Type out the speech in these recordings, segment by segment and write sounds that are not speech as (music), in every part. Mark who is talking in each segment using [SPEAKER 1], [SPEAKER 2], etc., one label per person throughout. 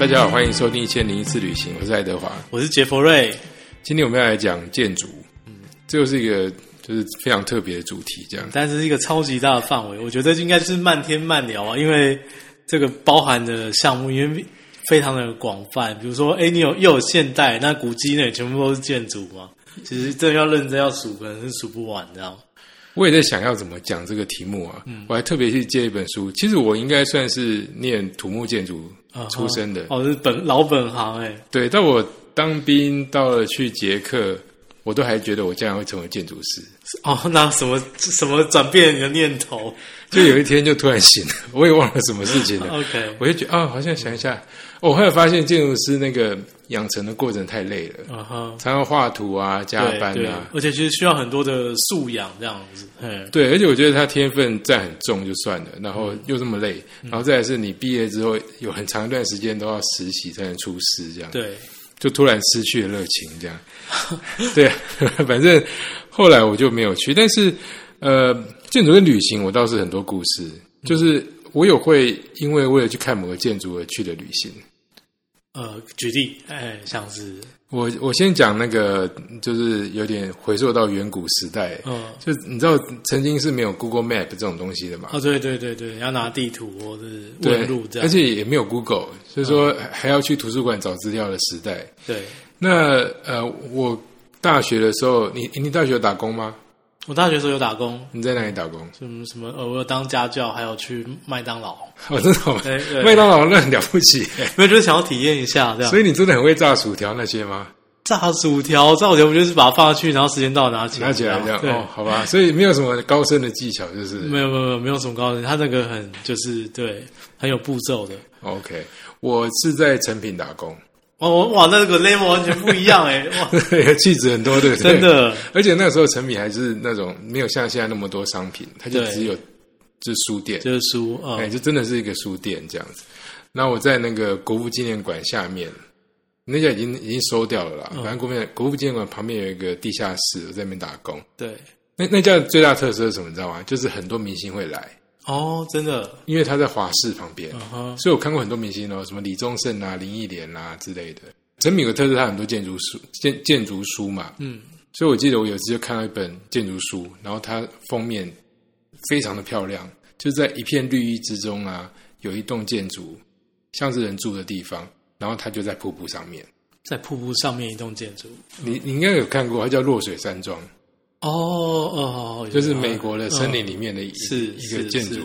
[SPEAKER 1] 大家好，欢迎收听《一千零一次旅行》，我是爱德华。
[SPEAKER 2] 我是杰佛瑞，
[SPEAKER 1] 今天我们要来讲建筑，这又是一个就是非常特别的主题，这样。
[SPEAKER 2] 但是一个超级大的范围，我觉得应该是漫天漫聊啊，因为这个包含的项目因为非常的广泛，比如说，哎，你有又有现代，那古迹呢，全部都是建筑嘛，其实真的要认真要数，可能是数不完，这样。
[SPEAKER 1] 我也在想要怎么讲这个题目啊，
[SPEAKER 2] 嗯
[SPEAKER 1] 我还特别去借一本书。其实我应该算是念土木建筑出身的，
[SPEAKER 2] 哦，是本老本行哎、
[SPEAKER 1] 对。但我当兵到了去捷克，我都还觉得我将来会成为建筑师。
[SPEAKER 2] 哦，那什么什么转变你的念头
[SPEAKER 1] 就有一天就突然醒了， (laughs) 我也忘了什么事情了。
[SPEAKER 2] ？OK，
[SPEAKER 1] 我就觉得啊、好像想一下，哦我后来发现建筑师那个养成的过程太累了，
[SPEAKER 2] 嗯哼，
[SPEAKER 1] 常常画图啊、加
[SPEAKER 2] 对
[SPEAKER 1] 班
[SPEAKER 2] 对
[SPEAKER 1] 啊，，
[SPEAKER 2] 而且其实需要很多的素养这样子，嗯，
[SPEAKER 1] 对，而且我觉得他天分占很重就算了，然后又这么累，然后再来是你毕业之后有很长一段时间都要实习才能出师，这样
[SPEAKER 2] 对，
[SPEAKER 1] 就突然失去了热情，这 (laughs) 样。对 (laughs) 啊，反正后来我就没有去，但是呃，建筑跟旅行我倒是很多故事，就是我有会因为为了去看某个建筑而去的旅行。
[SPEAKER 2] 呃，举例，哎，像是，
[SPEAKER 1] 我我先讲那个，就是有点回溯到远古时代，
[SPEAKER 2] 嗯。
[SPEAKER 1] 就你知道曾经是没有 Google Map 这种东西的嘛？
[SPEAKER 2] 哦，对对对对，要拿地图或者是
[SPEAKER 1] 对
[SPEAKER 2] 问路这，样，哦
[SPEAKER 1] 而且也没有 Google，所以说还还要去图书馆找资料的时代。
[SPEAKER 2] 对
[SPEAKER 1] 那呃，我大学的时候，你你大学有打工吗？
[SPEAKER 2] 我大学时候有打工，
[SPEAKER 1] 你在哪里打工？
[SPEAKER 2] 什么什么呃，我有当家教，还有去麦当劳， (laughs)
[SPEAKER 1] 哦，真的吗
[SPEAKER 2] 对对？啊
[SPEAKER 1] 麦当劳那很了不起，
[SPEAKER 2] 没有就是想要体验一下这样。
[SPEAKER 1] 所以你真的很会炸薯条那些吗？
[SPEAKER 2] 炸薯条，炸薯条不就是把它放下去，然后时间到了拿起来，
[SPEAKER 1] 拿起来这样
[SPEAKER 2] 对，
[SPEAKER 1] 哦，好吧，所以没有什么高深的技巧，就是
[SPEAKER 2] 没有没有没有没有什么高人，他那个很就是对很有步骤的。
[SPEAKER 1] OK。我是在成品打工， (laughs)
[SPEAKER 2] 哇哇哇，那个 level 完全不一样哎、哇，
[SPEAKER 1] 气质很多，对不对？
[SPEAKER 2] 真的
[SPEAKER 1] 而且那时候成品还是那种没有像现在那么多商品，它就
[SPEAKER 2] 对
[SPEAKER 1] 只有就是书店，
[SPEAKER 2] 就是书啊、
[SPEAKER 1] 哎、就真的是一个书店这样子。那我在那个国父纪念馆下面，那家已经已经收掉了
[SPEAKER 2] 嗯
[SPEAKER 1] 啦。反正国父国父纪念馆旁边有一个地下室，我在那边打工。
[SPEAKER 2] 对
[SPEAKER 1] 那那家的最大特色是什么？你知道吗？就是很多明星会来，
[SPEAKER 2] 哦，真的，
[SPEAKER 1] 因为他在华视旁边，
[SPEAKER 2] 嗯哼，
[SPEAKER 1] 所以我看过很多明星哦，什么李宗盛啊、林忆莲啊之类的。成品有个特色，它很多建筑书建建筑书嘛，
[SPEAKER 2] 嗯，
[SPEAKER 1] 所以我记得我有一次就看到一本建筑书，然后它封面非常的漂亮，就在一片绿意之中啊，有一栋建筑像是人住的地方，然后它就在瀑布上面。
[SPEAKER 2] 在瀑布上面一栋建筑。
[SPEAKER 1] 你你应该有看过，它叫落水山庄，
[SPEAKER 2] 哦哦，哦
[SPEAKER 1] 就是美国的森林里面的一、
[SPEAKER 2] 嗯是
[SPEAKER 1] 一个
[SPEAKER 2] 是
[SPEAKER 1] 建
[SPEAKER 2] 是
[SPEAKER 1] 筑。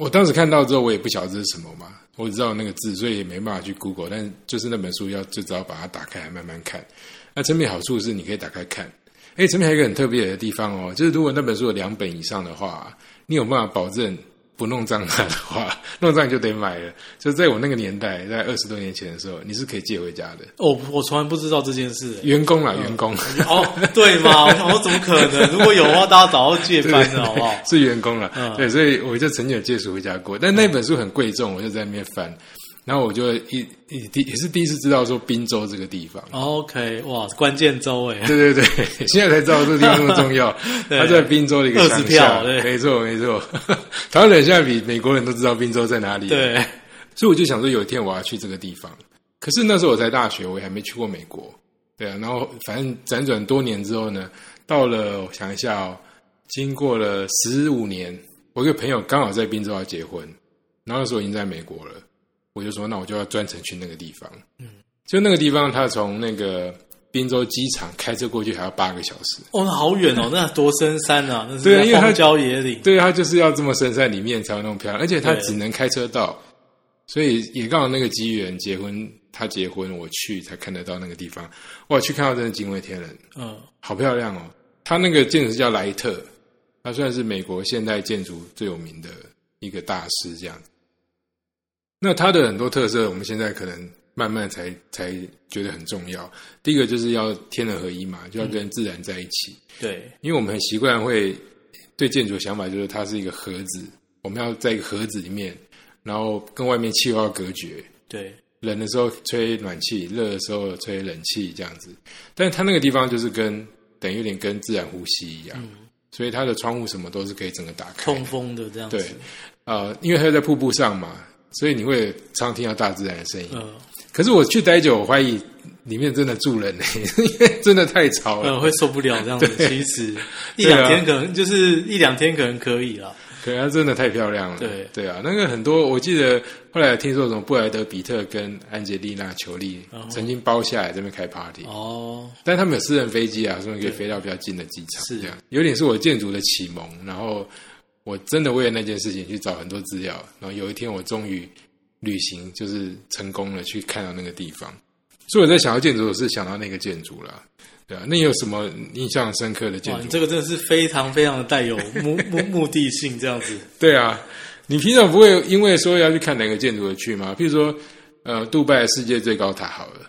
[SPEAKER 1] 我当时看到之后，我也不晓得这是什么嘛，我只知道那个字，所以也没办法去 Google。但就是那本书要就只要把它打开来慢慢看。那成品好处是你可以打开看。哎，成品还有一个很特别的地方哦，就是如果那本书有两本以上的话，你有办法保证不弄脏它的话，弄脏你就得买了。就在我那个年代，在二十多年前的时候，你是可以借回家的。
[SPEAKER 2] 哦，我从来不知道这件事、欸
[SPEAKER 1] 员工啦，员工。
[SPEAKER 2] 哦，对吗？我想说怎么可能？如果有的话，大家早就戒翻了，好不好？
[SPEAKER 1] (laughs) 是员工了，
[SPEAKER 2] 嗯
[SPEAKER 1] 对，所以我就曾经有借书回家过，但那本书很贵重，我就在那边翻，然后我就一一第也是第一次知道说滨州这个地方，
[SPEAKER 2] 哦 OK，哇，关键周哎，
[SPEAKER 1] 对对对， (laughs) 现在才知道这个地方那么重要，
[SPEAKER 2] (laughs) 对
[SPEAKER 1] 它在滨州的一个乡
[SPEAKER 2] 20
[SPEAKER 1] 下，
[SPEAKER 2] 票对
[SPEAKER 1] 没错没错， (laughs) 台湾人现在比美国人都知道滨州在哪里，，
[SPEAKER 2] 对，
[SPEAKER 1] 所以我就想说有一天我要去这个地方，可是那时候我在大学，我也还没去过美国，对啊，然后反正辗转多年之后呢，到了我想一下哦，经过了十五年，我一个朋友刚好在滨州要结婚，然后那时候已经在美国了，我就说那我就要专程去那个地方，嗯，就那个地方，他从那个滨州机场开车过去还要八个小时，
[SPEAKER 2] 哦，那好远哦，那多深山啊，那是
[SPEAKER 1] 对因为
[SPEAKER 2] 在
[SPEAKER 1] 它
[SPEAKER 2] 荒郊野岭，
[SPEAKER 1] 对，它就是要这么深山里面才有那么漂亮，而且它
[SPEAKER 2] 对
[SPEAKER 1] 只能开车到，所以也刚好那个机缘结婚，他结婚我去才看得到那个地方，哇，去看到真的惊为天人，
[SPEAKER 2] 嗯，
[SPEAKER 1] 好漂亮哦！他那个建筑师叫莱特，他算是美国现代建筑最有名的一个大师，这样。那他的很多特色，我们现在可能慢慢才才觉得很重要。第一个就是要天人合一嘛，就要跟自然在一起。
[SPEAKER 2] 对，
[SPEAKER 1] 因为我们很习惯会对建筑的想法就是它是一个盒子，我们要在一个盒子里面，然后跟外面气候要隔绝，
[SPEAKER 2] 对，
[SPEAKER 1] 冷的时候吹暖气，热的时候吹冷气这样子。但它那个地方就是跟等于有点跟自然呼吸一样，所以它的窗户什么都是可以整个打开。
[SPEAKER 2] 通风的这样子
[SPEAKER 1] 对，，呃，因为它在瀑布上嘛，所以你会常听到大自然的声音。
[SPEAKER 2] 嗯，
[SPEAKER 1] 可是我去待久，我怀疑里面真的住人、欸， (laughs) 因为真的太吵
[SPEAKER 2] 可
[SPEAKER 1] 了。
[SPEAKER 2] 能呃会受不了这样子。其实
[SPEAKER 1] (laughs)
[SPEAKER 2] 一
[SPEAKER 1] 对啊
[SPEAKER 2] 两天可能就是一两天可能可以啦。
[SPEAKER 1] 可能它真的太漂亮了。
[SPEAKER 2] 对
[SPEAKER 1] 对啊，那个很多，我记得后来听说什么布莱德比特跟安吉丽娜裘丽曾经包下来这边开 party，、
[SPEAKER 2] 哦，
[SPEAKER 1] 但他们有私人飞机啊，所以可以飞到比较近的机场。
[SPEAKER 2] 是
[SPEAKER 1] 这样，有点是我建筑的启蒙。然后我真的为了那件事情去找很多资料，然后有一天我终于旅行就是成功了，去看到那个地方。所以我在想到建筑，我是想到那个建筑啦。对啊，那你有什么印象深刻的建
[SPEAKER 2] 哇，你
[SPEAKER 1] 筑？
[SPEAKER 2] 这个真的是非常非常的带有目目目的性这样子。
[SPEAKER 1] 对啊，你平常不会因为说要去看哪个建筑而去吗？譬如说，呃，杜拜世界最高塔好了，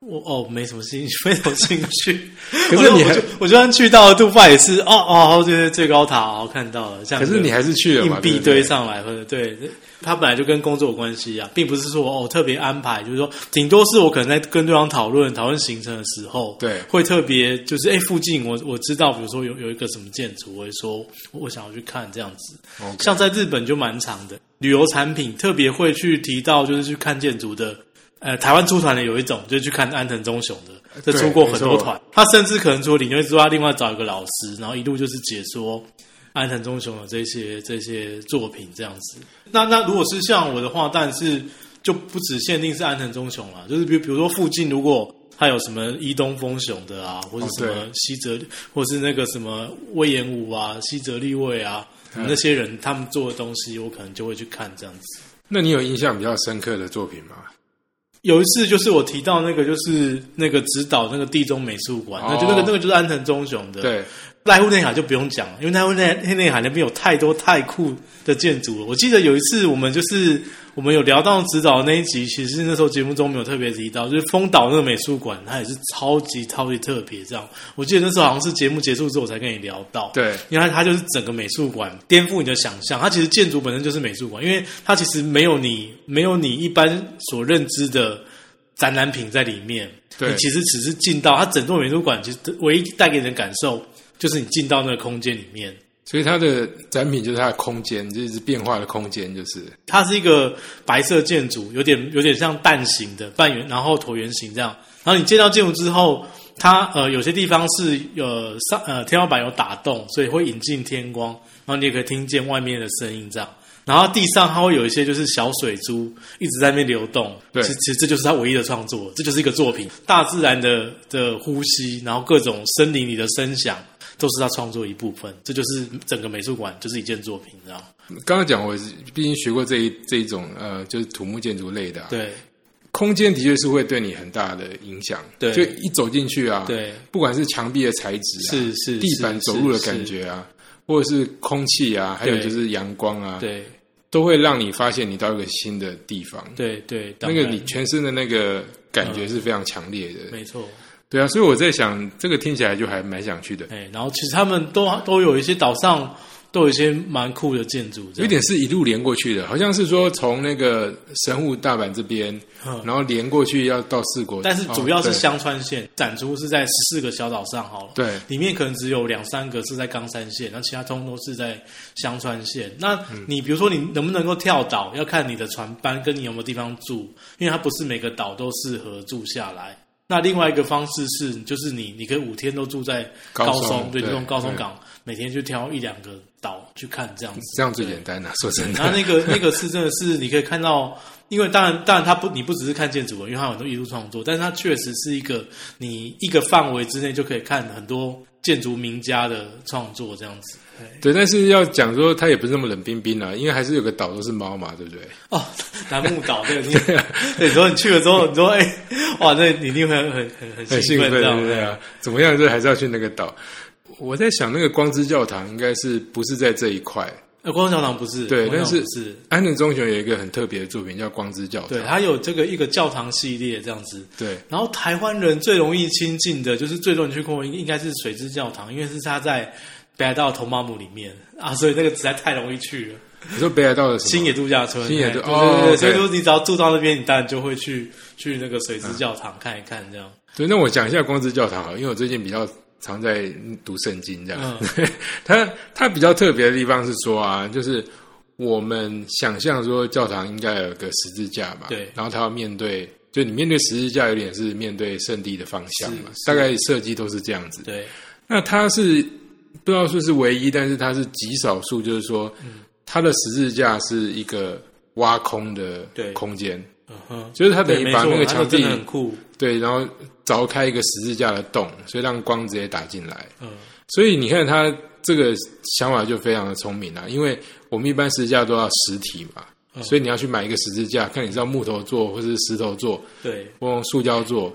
[SPEAKER 2] 我哦，没什么兴趣， (laughs) 没什么兴趣。
[SPEAKER 1] (laughs) 可
[SPEAKER 2] 我
[SPEAKER 1] 是
[SPEAKER 2] 就
[SPEAKER 1] 你
[SPEAKER 2] 我
[SPEAKER 1] 还
[SPEAKER 2] 就，我就算去到了杜拜也是，哦哦，对对，最高塔哦，看到了。这
[SPEAKER 1] (laughs)
[SPEAKER 2] 样
[SPEAKER 1] 可
[SPEAKER 2] 子
[SPEAKER 1] 是你还是去了嘛？
[SPEAKER 2] 硬币
[SPEAKER 1] 对不对
[SPEAKER 2] 堆上来，或者对，它本来就跟工作有关系啊，并不是说哦特别安排，就是说顶多是我可能在跟对方讨论讨论行程的时候，
[SPEAKER 1] 对
[SPEAKER 2] 会特别就是哎附近我我知道，比如说有有一个什么建筑，我会说我我想要去看这样子。
[SPEAKER 1] OK
[SPEAKER 2] 像在日本就蛮长的，旅游产品特别会去提到，就是去看建筑的。呃，台湾出团的有一种，就是去看安藤忠雄的，这
[SPEAKER 1] 对
[SPEAKER 2] 出过很
[SPEAKER 1] 没
[SPEAKER 2] 多
[SPEAKER 1] 错
[SPEAKER 2] 团。他甚至可能除了领队之外，另外找一个老师，然后一路就是解说安藤忠雄的这些这些作品这样子。那那如果是像我的话，但是就不只限定是安藤忠雄啦，就是比如比如说附近如果他有什么伊东丰雄的啊，或者什
[SPEAKER 1] 哦
[SPEAKER 2] 么西泽，或是那个什么威严武啊、西泽立卫啊，那些人他们做的东西，我可能就会去看这样子。
[SPEAKER 1] 那你有印象比较深刻的作品吗？
[SPEAKER 2] 有一次就是我提到那个，就是那个指导那个地中美术馆，那就那个
[SPEAKER 1] 哦
[SPEAKER 2] 那个就是安藤忠雄的，
[SPEAKER 1] 对，
[SPEAKER 2] 濑户内海就不用讲了，因为濑户内濑户内海那边有太多太酷的建筑了。我记得有一次我们就是我们有聊到指导那一集，其实那时候节目中没有特别提到，就是丰岛那个美术馆，它也是超级超级特别。这样，我记得那时候好像是节目结束之后我才跟你聊到，
[SPEAKER 1] 对
[SPEAKER 2] 因为它它就是整个美术馆颠覆你的想象。它其实建筑本身就是美术馆，因为它其实没有你没有你一般所认知的展览品在里面。
[SPEAKER 1] 对
[SPEAKER 2] 你其实只是进到它整座美术馆，其实唯一带给人的感受就是你进到那个空间里面。
[SPEAKER 1] 所以它的展品就是它的空间，就是变化的空间，就是
[SPEAKER 2] 它是一个白色建筑，有点有点像蛋形的半圆，然后椭圆形这样。然后你见到建筑之后，它呃有些地方是呃上呃天花板有打洞，所以会引进天光，然后你也可以听见外面的声音这样。然后地上它会有一些就是小水珠一直在那边流动，
[SPEAKER 1] 对
[SPEAKER 2] 其实其实这就是它唯一的创作，这就是一个作品，大自然的的呼吸，然后各种森林里的声响，都是他创作一部分，这就是整个美术馆就是一件作品，你知道吗？
[SPEAKER 1] 刚刚讲我是毕竟学过这一这一种呃，就是土木建筑类的、啊，，
[SPEAKER 2] 对
[SPEAKER 1] 空间的确是会对你很大的影响，
[SPEAKER 2] 对
[SPEAKER 1] 就一走进去啊，，
[SPEAKER 2] 对。
[SPEAKER 1] 不管是墙壁的材质、啊，
[SPEAKER 2] 是是
[SPEAKER 1] 地板
[SPEAKER 2] 是
[SPEAKER 1] 走路的
[SPEAKER 2] 是
[SPEAKER 1] 感觉啊，或者是空气啊，还有
[SPEAKER 2] 对
[SPEAKER 1] 就是阳光啊，，
[SPEAKER 2] 对
[SPEAKER 1] 都会让你发现你到一个新的地方，
[SPEAKER 2] 对对，
[SPEAKER 1] 那
[SPEAKER 2] 当
[SPEAKER 1] 个
[SPEAKER 2] 然
[SPEAKER 1] 你全身的那个感觉是非常强烈的，
[SPEAKER 2] 没错，
[SPEAKER 1] 对啊，所以我在想，这个听起来就还蛮想去的，
[SPEAKER 2] 哎，然后其实他们都都有一些岛上都有一些蛮酷的建筑，这
[SPEAKER 1] 有
[SPEAKER 2] 样
[SPEAKER 1] 点是一路连过去的，好像是说从那个神户大阪这边，
[SPEAKER 2] 嗯
[SPEAKER 1] 然后连过去要到四国，
[SPEAKER 2] 但是主要是
[SPEAKER 1] 哦
[SPEAKER 2] 香川县、展出是在十四个小岛上好了，
[SPEAKER 1] 对
[SPEAKER 2] 里面可能只有两三个是在冈山县，那其他通都是在香川县。那
[SPEAKER 1] 嗯
[SPEAKER 2] 你比如说你能不能够跳岛，要看你的船班跟你有没有地方住，因为它不是每个岛都适合住下来。那另外一个方式是，就是你你可以五天都住在
[SPEAKER 1] 高
[SPEAKER 2] 高
[SPEAKER 1] 松
[SPEAKER 2] 松，对，
[SPEAKER 1] 对
[SPEAKER 2] 就从高松
[SPEAKER 1] 对
[SPEAKER 2] 港每天就挑一两个岛去看这样子。
[SPEAKER 1] 对这样最简单了、说真
[SPEAKER 2] 然后
[SPEAKER 1] 的，
[SPEAKER 2] 那个那个是真的是你可以看到，因为当然当然它不你不只是看建筑文，因为它有很多艺术创作，但是它确实是一个你一个范围之内就可以看很多建筑名家的创作这样子。
[SPEAKER 1] 对，但是要讲说它也不是那么冷冰冰啊，因为还是有个岛都是猫嘛，对不对？
[SPEAKER 2] 哦，楠木岛这个你，
[SPEAKER 1] 啊
[SPEAKER 2] (laughs) 对，你说你去了之后，你说哎、哇，那你一定会很很很
[SPEAKER 1] 很
[SPEAKER 2] 很
[SPEAKER 1] 兴
[SPEAKER 2] 兴奋
[SPEAKER 1] 奋，
[SPEAKER 2] 这样
[SPEAKER 1] 对啊，怎么样？这还是要去那个岛。我在想，那个光之教堂应该是不是在这一块？
[SPEAKER 2] 呃，光小堂不是，
[SPEAKER 1] 对
[SPEAKER 2] 光小堂
[SPEAKER 1] 但是
[SPEAKER 2] 不是
[SPEAKER 1] 安藤忠雄有一个很特别的作品叫《光之教堂》，
[SPEAKER 2] 对，它有这个一个教堂系列这样子。
[SPEAKER 1] 对
[SPEAKER 2] 然后台湾人最容易亲近的，就是最多人去过，应该是水之教堂，因为是他在北海道的同马姆里面啊，所以那个实在太容易去了。
[SPEAKER 1] 你说北海道的什
[SPEAKER 2] 新
[SPEAKER 1] 么？
[SPEAKER 2] 野度假村，
[SPEAKER 1] 新野
[SPEAKER 2] 哎
[SPEAKER 1] 度
[SPEAKER 2] 对
[SPEAKER 1] 哦
[SPEAKER 2] 对对对
[SPEAKER 1] OK
[SPEAKER 2] 所以说你只要住到那边，你当然就会去去那个水之教堂看一看，这样。
[SPEAKER 1] 对，那我讲一下光之教堂好了，因为我最近比较常在读圣经，这样。
[SPEAKER 2] 嗯
[SPEAKER 1] (laughs) 它它比较特别的地方是说啊，就是我们想象说教堂应该有个十字架嘛，
[SPEAKER 2] 对
[SPEAKER 1] 然后它要面对就你面对十字架，有点是面对圣地的方向嘛，大概设计都是这样子。
[SPEAKER 2] 对，
[SPEAKER 1] 那它是不知道说是唯一，但是它是极少数，就是说、
[SPEAKER 2] 嗯
[SPEAKER 1] 它的十字架是一个挖空的
[SPEAKER 2] 对
[SPEAKER 1] 空间，
[SPEAKER 2] 嗯哼，
[SPEAKER 1] 就是它等
[SPEAKER 2] 对，
[SPEAKER 1] 于
[SPEAKER 2] 没
[SPEAKER 1] 把那
[SPEAKER 2] 错，
[SPEAKER 1] 个
[SPEAKER 2] 他说
[SPEAKER 1] 墙壁
[SPEAKER 2] 真的很酷，
[SPEAKER 1] 对，然后凿开一个十字架的洞，所以让光直接打进来。
[SPEAKER 2] 嗯，
[SPEAKER 1] 所以你看他这个想法就非常的聪明啊，因为我们一般十字架都要实体嘛，
[SPEAKER 2] 嗯
[SPEAKER 1] 所以你要去买一个十字架，看你是要木头做或是石头做，
[SPEAKER 2] 对，
[SPEAKER 1] 或用塑胶做，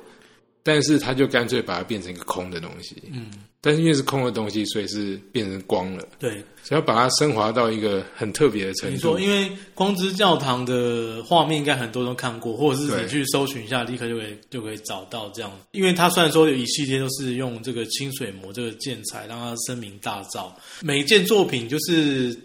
[SPEAKER 1] 但是他就干脆把它变成一个空的东西。
[SPEAKER 2] 嗯，
[SPEAKER 1] 但是因为是空的东西，所以是变成光了，
[SPEAKER 2] 对，
[SPEAKER 1] 所以要把它升华到一个很特别的程
[SPEAKER 2] 没
[SPEAKER 1] 度
[SPEAKER 2] 错，。因为光之教堂的画面应该很多人都看过，或者是
[SPEAKER 1] 对
[SPEAKER 2] 你去搜寻一下，立刻就可以就可以找到这样。因为它虽然说有一系列都是用这个清水模这个建材，让它声名大噪，每一件作品就是。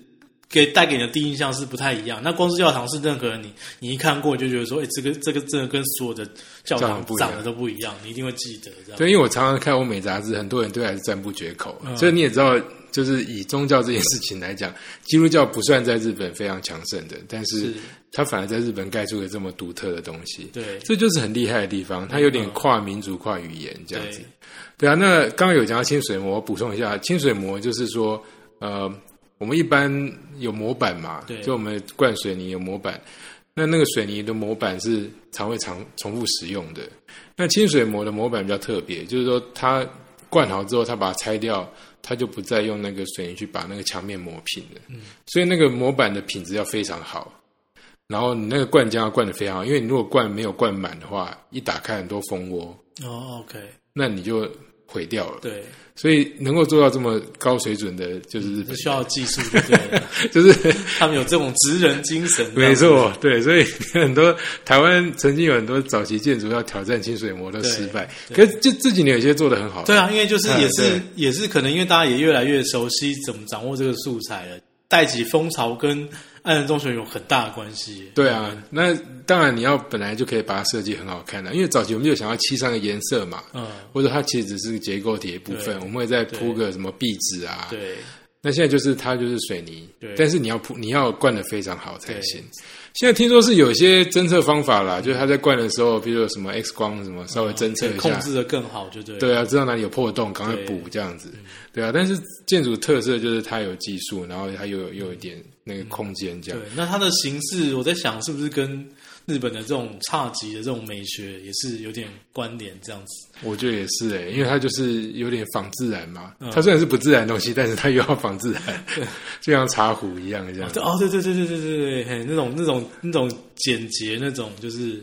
[SPEAKER 2] 给带给你的第一印象是不太一样。那光之教堂是任何人你你一看过就觉得说，哎、这个这个真的跟所有的教
[SPEAKER 1] 教
[SPEAKER 2] 堂
[SPEAKER 1] 堂不一样
[SPEAKER 2] 长得都不一样，你一定会记得这样。
[SPEAKER 1] 对，因为我常常看欧美杂志，很多人对还是赞不绝口。
[SPEAKER 2] 嗯
[SPEAKER 1] 所以你也知道，就是以宗教这件事情来讲，基督教不算在日本非常强盛的，但是
[SPEAKER 2] 是
[SPEAKER 1] 它反而在日本盖出了这么独特的东西。
[SPEAKER 2] 对嗯
[SPEAKER 1] 这就是很厉害的地方，它有点跨民族、跨语言这样子
[SPEAKER 2] 对。
[SPEAKER 1] 对啊，那刚刚有讲到清水模，我补充一下，清水模就是说，呃，我们一般有模板嘛
[SPEAKER 2] 对，
[SPEAKER 1] 就我们灌水泥有模板，那那个水泥的模板是常会常重复使用的。那清水模的模板比较特别，就是说它灌好之后，它把它拆掉，它就不再用那个水泥去把那个墙面磨平了。所以那个模板的品质要非常好，然后你那个灌浆要灌的非常好，因为你如果灌没有灌满的话，一打开很多蜂窝，
[SPEAKER 2] 哦，OK，
[SPEAKER 1] 那你就毁掉了。
[SPEAKER 2] 对，
[SPEAKER 1] 所以能够做到这么高水准的， (laughs) 就是日
[SPEAKER 2] 这
[SPEAKER 1] 本
[SPEAKER 2] 需要技术，对嗯
[SPEAKER 1] (laughs)
[SPEAKER 2] (laughs) 不对？
[SPEAKER 1] 就是
[SPEAKER 2] 他们有这种职人精神，这样
[SPEAKER 1] 没错，对，所以很多台湾曾经有很多早期建筑要挑战清水模都失败，可
[SPEAKER 2] 对
[SPEAKER 1] 是就这几年有些做的很好，
[SPEAKER 2] 对啊，因为就是
[SPEAKER 1] 嗯
[SPEAKER 2] 也是、
[SPEAKER 1] 对
[SPEAKER 2] 也是可能，因为大家也越来越熟悉怎么掌握这个素材了，带起风潮跟暗人中学有很大的关系。
[SPEAKER 1] 对啊，那当然你要本来就可以把它设计很好看的，啊因为早期我们就想要漆上个颜色嘛，
[SPEAKER 2] 嗯，
[SPEAKER 1] 或者它其实只是结构体的部
[SPEAKER 2] 对
[SPEAKER 1] 分，我们会再铺个什么壁纸啊。
[SPEAKER 2] 对
[SPEAKER 1] 那现在就是它就是水泥
[SPEAKER 2] 对，
[SPEAKER 1] 但是你要铺，你要灌的非常好才
[SPEAKER 2] 对
[SPEAKER 1] 行。现在听说是有些侦测方法啦，就是它在灌的时候，比如说什么 X 光什么，稍微侦测
[SPEAKER 2] 对
[SPEAKER 1] 一
[SPEAKER 2] 啊控
[SPEAKER 1] 下，
[SPEAKER 2] 制的更好，就对。
[SPEAKER 1] 对啊，知道哪里有破洞，赶快
[SPEAKER 2] 对嗯
[SPEAKER 1] 补这样子，对啊。但是建筑特色就是它有技术，然后它又有又有一点那个空间这
[SPEAKER 2] 对
[SPEAKER 1] 样。，
[SPEAKER 2] 那它的形式，我在想是不是跟日本的这种侘寂的这种美学也是有点关联，这样子。
[SPEAKER 1] 我觉得也是欸诶、因为它就是有点仿自然嘛。
[SPEAKER 2] 嗯
[SPEAKER 1] 它虽然是不自然的东西，但是它又要仿自
[SPEAKER 2] (laughs)
[SPEAKER 1] 然，就像茶壶一样这样。
[SPEAKER 2] 对哦，对对对对对对对，嘿，那种那种那种简洁，那种就是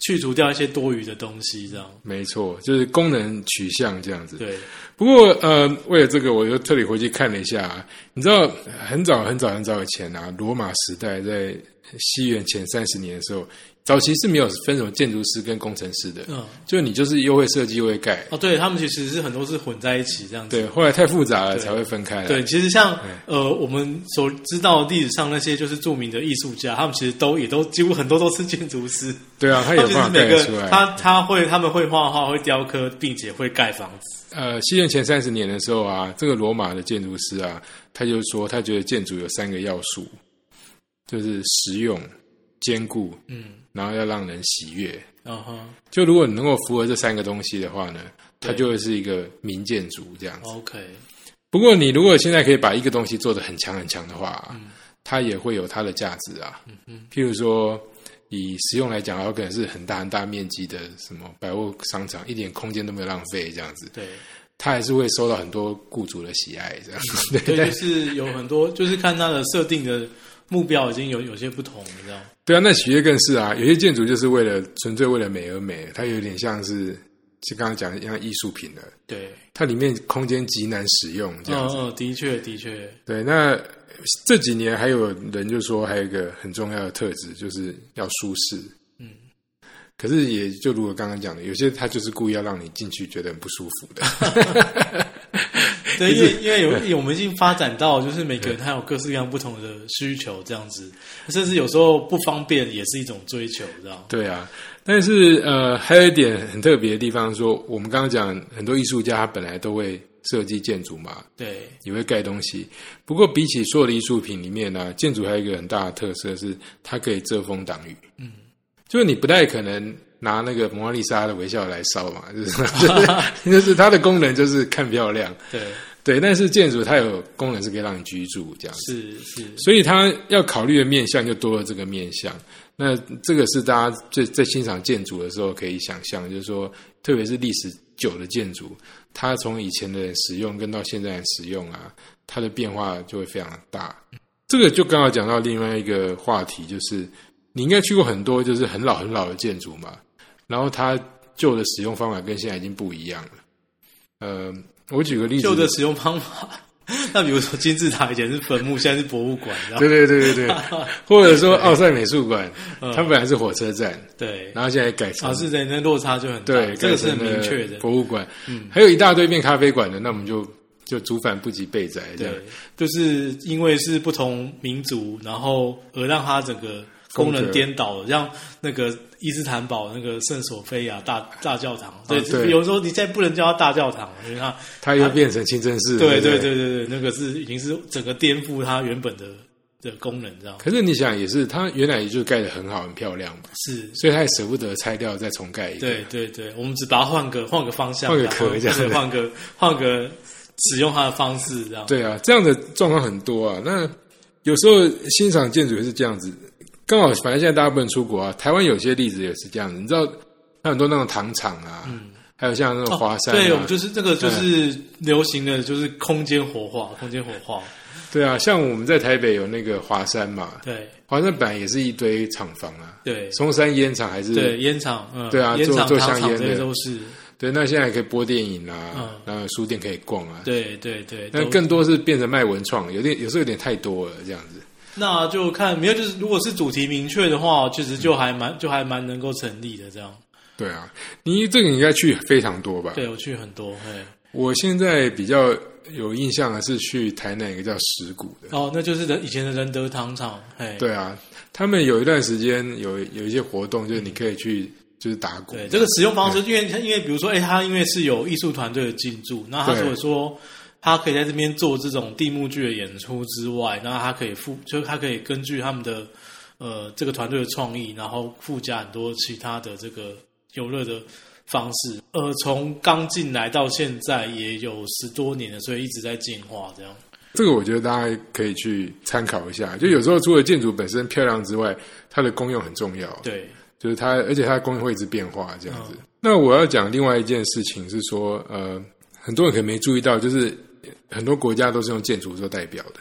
[SPEAKER 2] 去除掉一些多余的东西，这样。
[SPEAKER 1] 没错，就是功能取向这样子。
[SPEAKER 2] 对，
[SPEAKER 1] 不过呃，为了这个，我又特地回去看了一下、你知道，很早很早很早以前啊，罗马时代在西元前三十年的时候，早期是没有分什么建筑师跟工程师的，
[SPEAKER 2] 嗯，
[SPEAKER 1] 就你就是又会设计又会盖。
[SPEAKER 2] 哦，对他们其实是很多是混在一起这样子。
[SPEAKER 1] 对，后来太复杂了才会分开来。
[SPEAKER 2] 嗯对，其实像
[SPEAKER 1] 哎
[SPEAKER 2] 呃，我们所知道历史上那些就是著名的艺术家，他们其实都也都几乎很多都是建筑师，
[SPEAKER 1] 对啊，他
[SPEAKER 2] 他
[SPEAKER 1] 有
[SPEAKER 2] 们就是
[SPEAKER 1] 办法
[SPEAKER 2] 每
[SPEAKER 1] 盖得出来
[SPEAKER 2] 个。他他会他们会画画、会雕刻，并且会盖房子。
[SPEAKER 1] 呃，西元前三十年的时候啊，这个罗马的建筑师啊，他就说他觉得建筑有三个要素，就是实用、坚固，
[SPEAKER 2] 嗯，
[SPEAKER 1] 然后要让人喜悦。
[SPEAKER 2] 然后
[SPEAKER 1] 就如果你能够符合这三个东西的话呢，它就会是一个民建筑这样子。
[SPEAKER 2] OK，
[SPEAKER 1] 不过你如果现在可以把一个东西做得很强很强的话啊、它也会有它的价值啊。譬如说，以实用来讲，有可能是很大很大面积的什么百货商场，一点空间都没有浪费这样子，
[SPEAKER 2] 对，
[SPEAKER 1] 它还是会受到很多雇主的喜爱这样 (laughs) 子。对
[SPEAKER 2] 对，就是有很多就是看他的设定的目标已经有有些不同，你知道吗？
[SPEAKER 1] 对啊，那喜悦更是啊，有些建筑就是为了纯粹为了美而美，它有点像是就刚刚讲的像艺术品了，
[SPEAKER 2] 对，
[SPEAKER 1] 它里面空间极难使用这样
[SPEAKER 2] 嗯
[SPEAKER 1] 子。
[SPEAKER 2] 嗯，的确的
[SPEAKER 1] (laughs)
[SPEAKER 2] 确，
[SPEAKER 1] 对，那这几年还有人就说，还有一个很重要的特质，就是要舒适。
[SPEAKER 2] 嗯，
[SPEAKER 1] 可是也就如我刚刚讲的，有些他就是故意要让你进去觉得很不舒服的。 (laughs)
[SPEAKER 2] 对，因为因为有因为我们已经发展到，就是每个人他有各式各样不同的需求，这样子，甚至有时候不方便也是一种追求，这样。
[SPEAKER 1] 对啊，但是呃，还有一点很特别的地方说我们刚刚讲很多艺术家他本来都会设计建筑嘛，
[SPEAKER 2] 对，
[SPEAKER 1] 也会盖东西。不过比起所有的艺术品里面呢、建筑还有一个很大的特色是它可以遮风挡雨。嗯，就是你不太可能拿那个蒙娜丽莎的微笑来烧嘛， (laughs) 就是就是就是它的功能就是看漂亮，
[SPEAKER 2] 对，
[SPEAKER 1] 对。但是建筑它有功能是可以让你居住这样子，
[SPEAKER 2] 是是，
[SPEAKER 1] 所以它要考虑的面向就多了这个面向。那这个是大家在在欣赏建筑的时候可以想象，就是说，特别是历史久的建筑，它从以前的人使用跟到现在的使用啊，它的变化就会非常大。这个就刚好讲到另外一个话题，就是你应该去过很多就是很老很老的建筑嘛，然后它旧的使用方法跟现在已经不一样了。呃，我举个例子，
[SPEAKER 2] 旧的使用方法。那比如说金字塔以前是坟墓，现在是博物馆，然后
[SPEAKER 1] (laughs) 对对对对
[SPEAKER 2] (laughs)
[SPEAKER 1] 对，或者说奥赛美术馆，它本来是火车站，
[SPEAKER 2] 对，
[SPEAKER 1] 然后现在改成
[SPEAKER 2] 啊嗯是的，那落差就很大，
[SPEAKER 1] 对，
[SPEAKER 2] 这个是
[SPEAKER 1] 改
[SPEAKER 2] 很
[SPEAKER 1] 成
[SPEAKER 2] 明
[SPEAKER 1] 了
[SPEAKER 2] 确的，嗯
[SPEAKER 1] 博物馆，还有一大堆变咖啡馆的，那我们就就祖反不及备载这
[SPEAKER 2] 对
[SPEAKER 1] 样。，
[SPEAKER 2] 就是因为是不同民族，然后而让它整个功能颠倒了，让那个伊斯坦堡那个圣索菲亚大大教堂，啊对，
[SPEAKER 1] 对
[SPEAKER 2] 有时候你现在不能叫它大教堂，因为它，
[SPEAKER 1] 它又变成清真寺，
[SPEAKER 2] 啊对
[SPEAKER 1] 对
[SPEAKER 2] 对
[SPEAKER 1] 不。
[SPEAKER 2] 对对对，那个是已经是整个颠覆它原本的的功能，这样
[SPEAKER 1] 可是你想，也是它原来也就盖得很好、很漂亮嘛，
[SPEAKER 2] 是。
[SPEAKER 1] 所以它也舍不得拆掉再重盖一个。
[SPEAKER 2] 对对对，我们只把它换个换个方向，
[SPEAKER 1] 换个
[SPEAKER 2] 然后
[SPEAKER 1] 壳这样
[SPEAKER 2] 对
[SPEAKER 1] 子
[SPEAKER 2] 换个换个使用它的方式，这样
[SPEAKER 1] 对啊，这样的状况很多啊。那有时候欣赏建筑也是这样子，刚好反正现在大家不能出国啊，台湾有些例子也是这样子。你知道，它很多那种糖厂啊，还有像那种华山、啊
[SPEAKER 2] 嗯哦对，我们就是这个就是流行的，就是空间活化，空间活化，
[SPEAKER 1] 对啊，像我们在台北有那个华山嘛，
[SPEAKER 2] 对
[SPEAKER 1] 华山本来也是一堆厂房啊，
[SPEAKER 2] 对
[SPEAKER 1] 松山烟厂还是
[SPEAKER 2] 对，烟厂，嗯，
[SPEAKER 1] 对啊
[SPEAKER 2] 烟厂、
[SPEAKER 1] 做做
[SPEAKER 2] 糖
[SPEAKER 1] 香
[SPEAKER 2] 厂
[SPEAKER 1] 烟
[SPEAKER 2] 这些
[SPEAKER 1] 的
[SPEAKER 2] 都是，
[SPEAKER 1] 对那现在可以播电影啊，
[SPEAKER 2] 嗯
[SPEAKER 1] 然后书店可以逛啊，
[SPEAKER 2] 对对对，
[SPEAKER 1] 但
[SPEAKER 2] 都
[SPEAKER 1] 更多是变成卖文创，有点有时候有点太多了这样子。
[SPEAKER 2] 那就看没有，就是如果是主题明确的话，其实就还蛮就还蛮能够成立的这样。
[SPEAKER 1] 对啊，你这个你应该去非常多吧？
[SPEAKER 2] 对我去很多，嘿，
[SPEAKER 1] 我现在比较有印象的是去台南一个叫石鼓的，
[SPEAKER 2] 哦，那就是人以前的仁德糖厂，嘿，
[SPEAKER 1] 对啊，他们有一段时间有有一些活动，就是你可以去就是打鼓，
[SPEAKER 2] 对，这个使用方式，因为因为比如说，哎、他因为是有艺术团队的进驻，那他
[SPEAKER 1] 对
[SPEAKER 2] 如果说他可以在这边做这种地幕剧的演出之外，那他可以附，就他可以根据他们的呃这个团队的创意，然后附加很多其他的这个游乐的方式。呃，从刚进来到现在也有十多年了，所以一直在进化这样。
[SPEAKER 1] 这个我觉得大家可以去参考一下。就有时候除了建筑本身漂亮之外，它的功用很重要。
[SPEAKER 2] 对，嗯
[SPEAKER 1] 就是它，而且它的功能会一直变化这样子。那我要讲另外一件事情是说，呃，很多人可能没注意到，就是很多国家都是用建筑做代表的，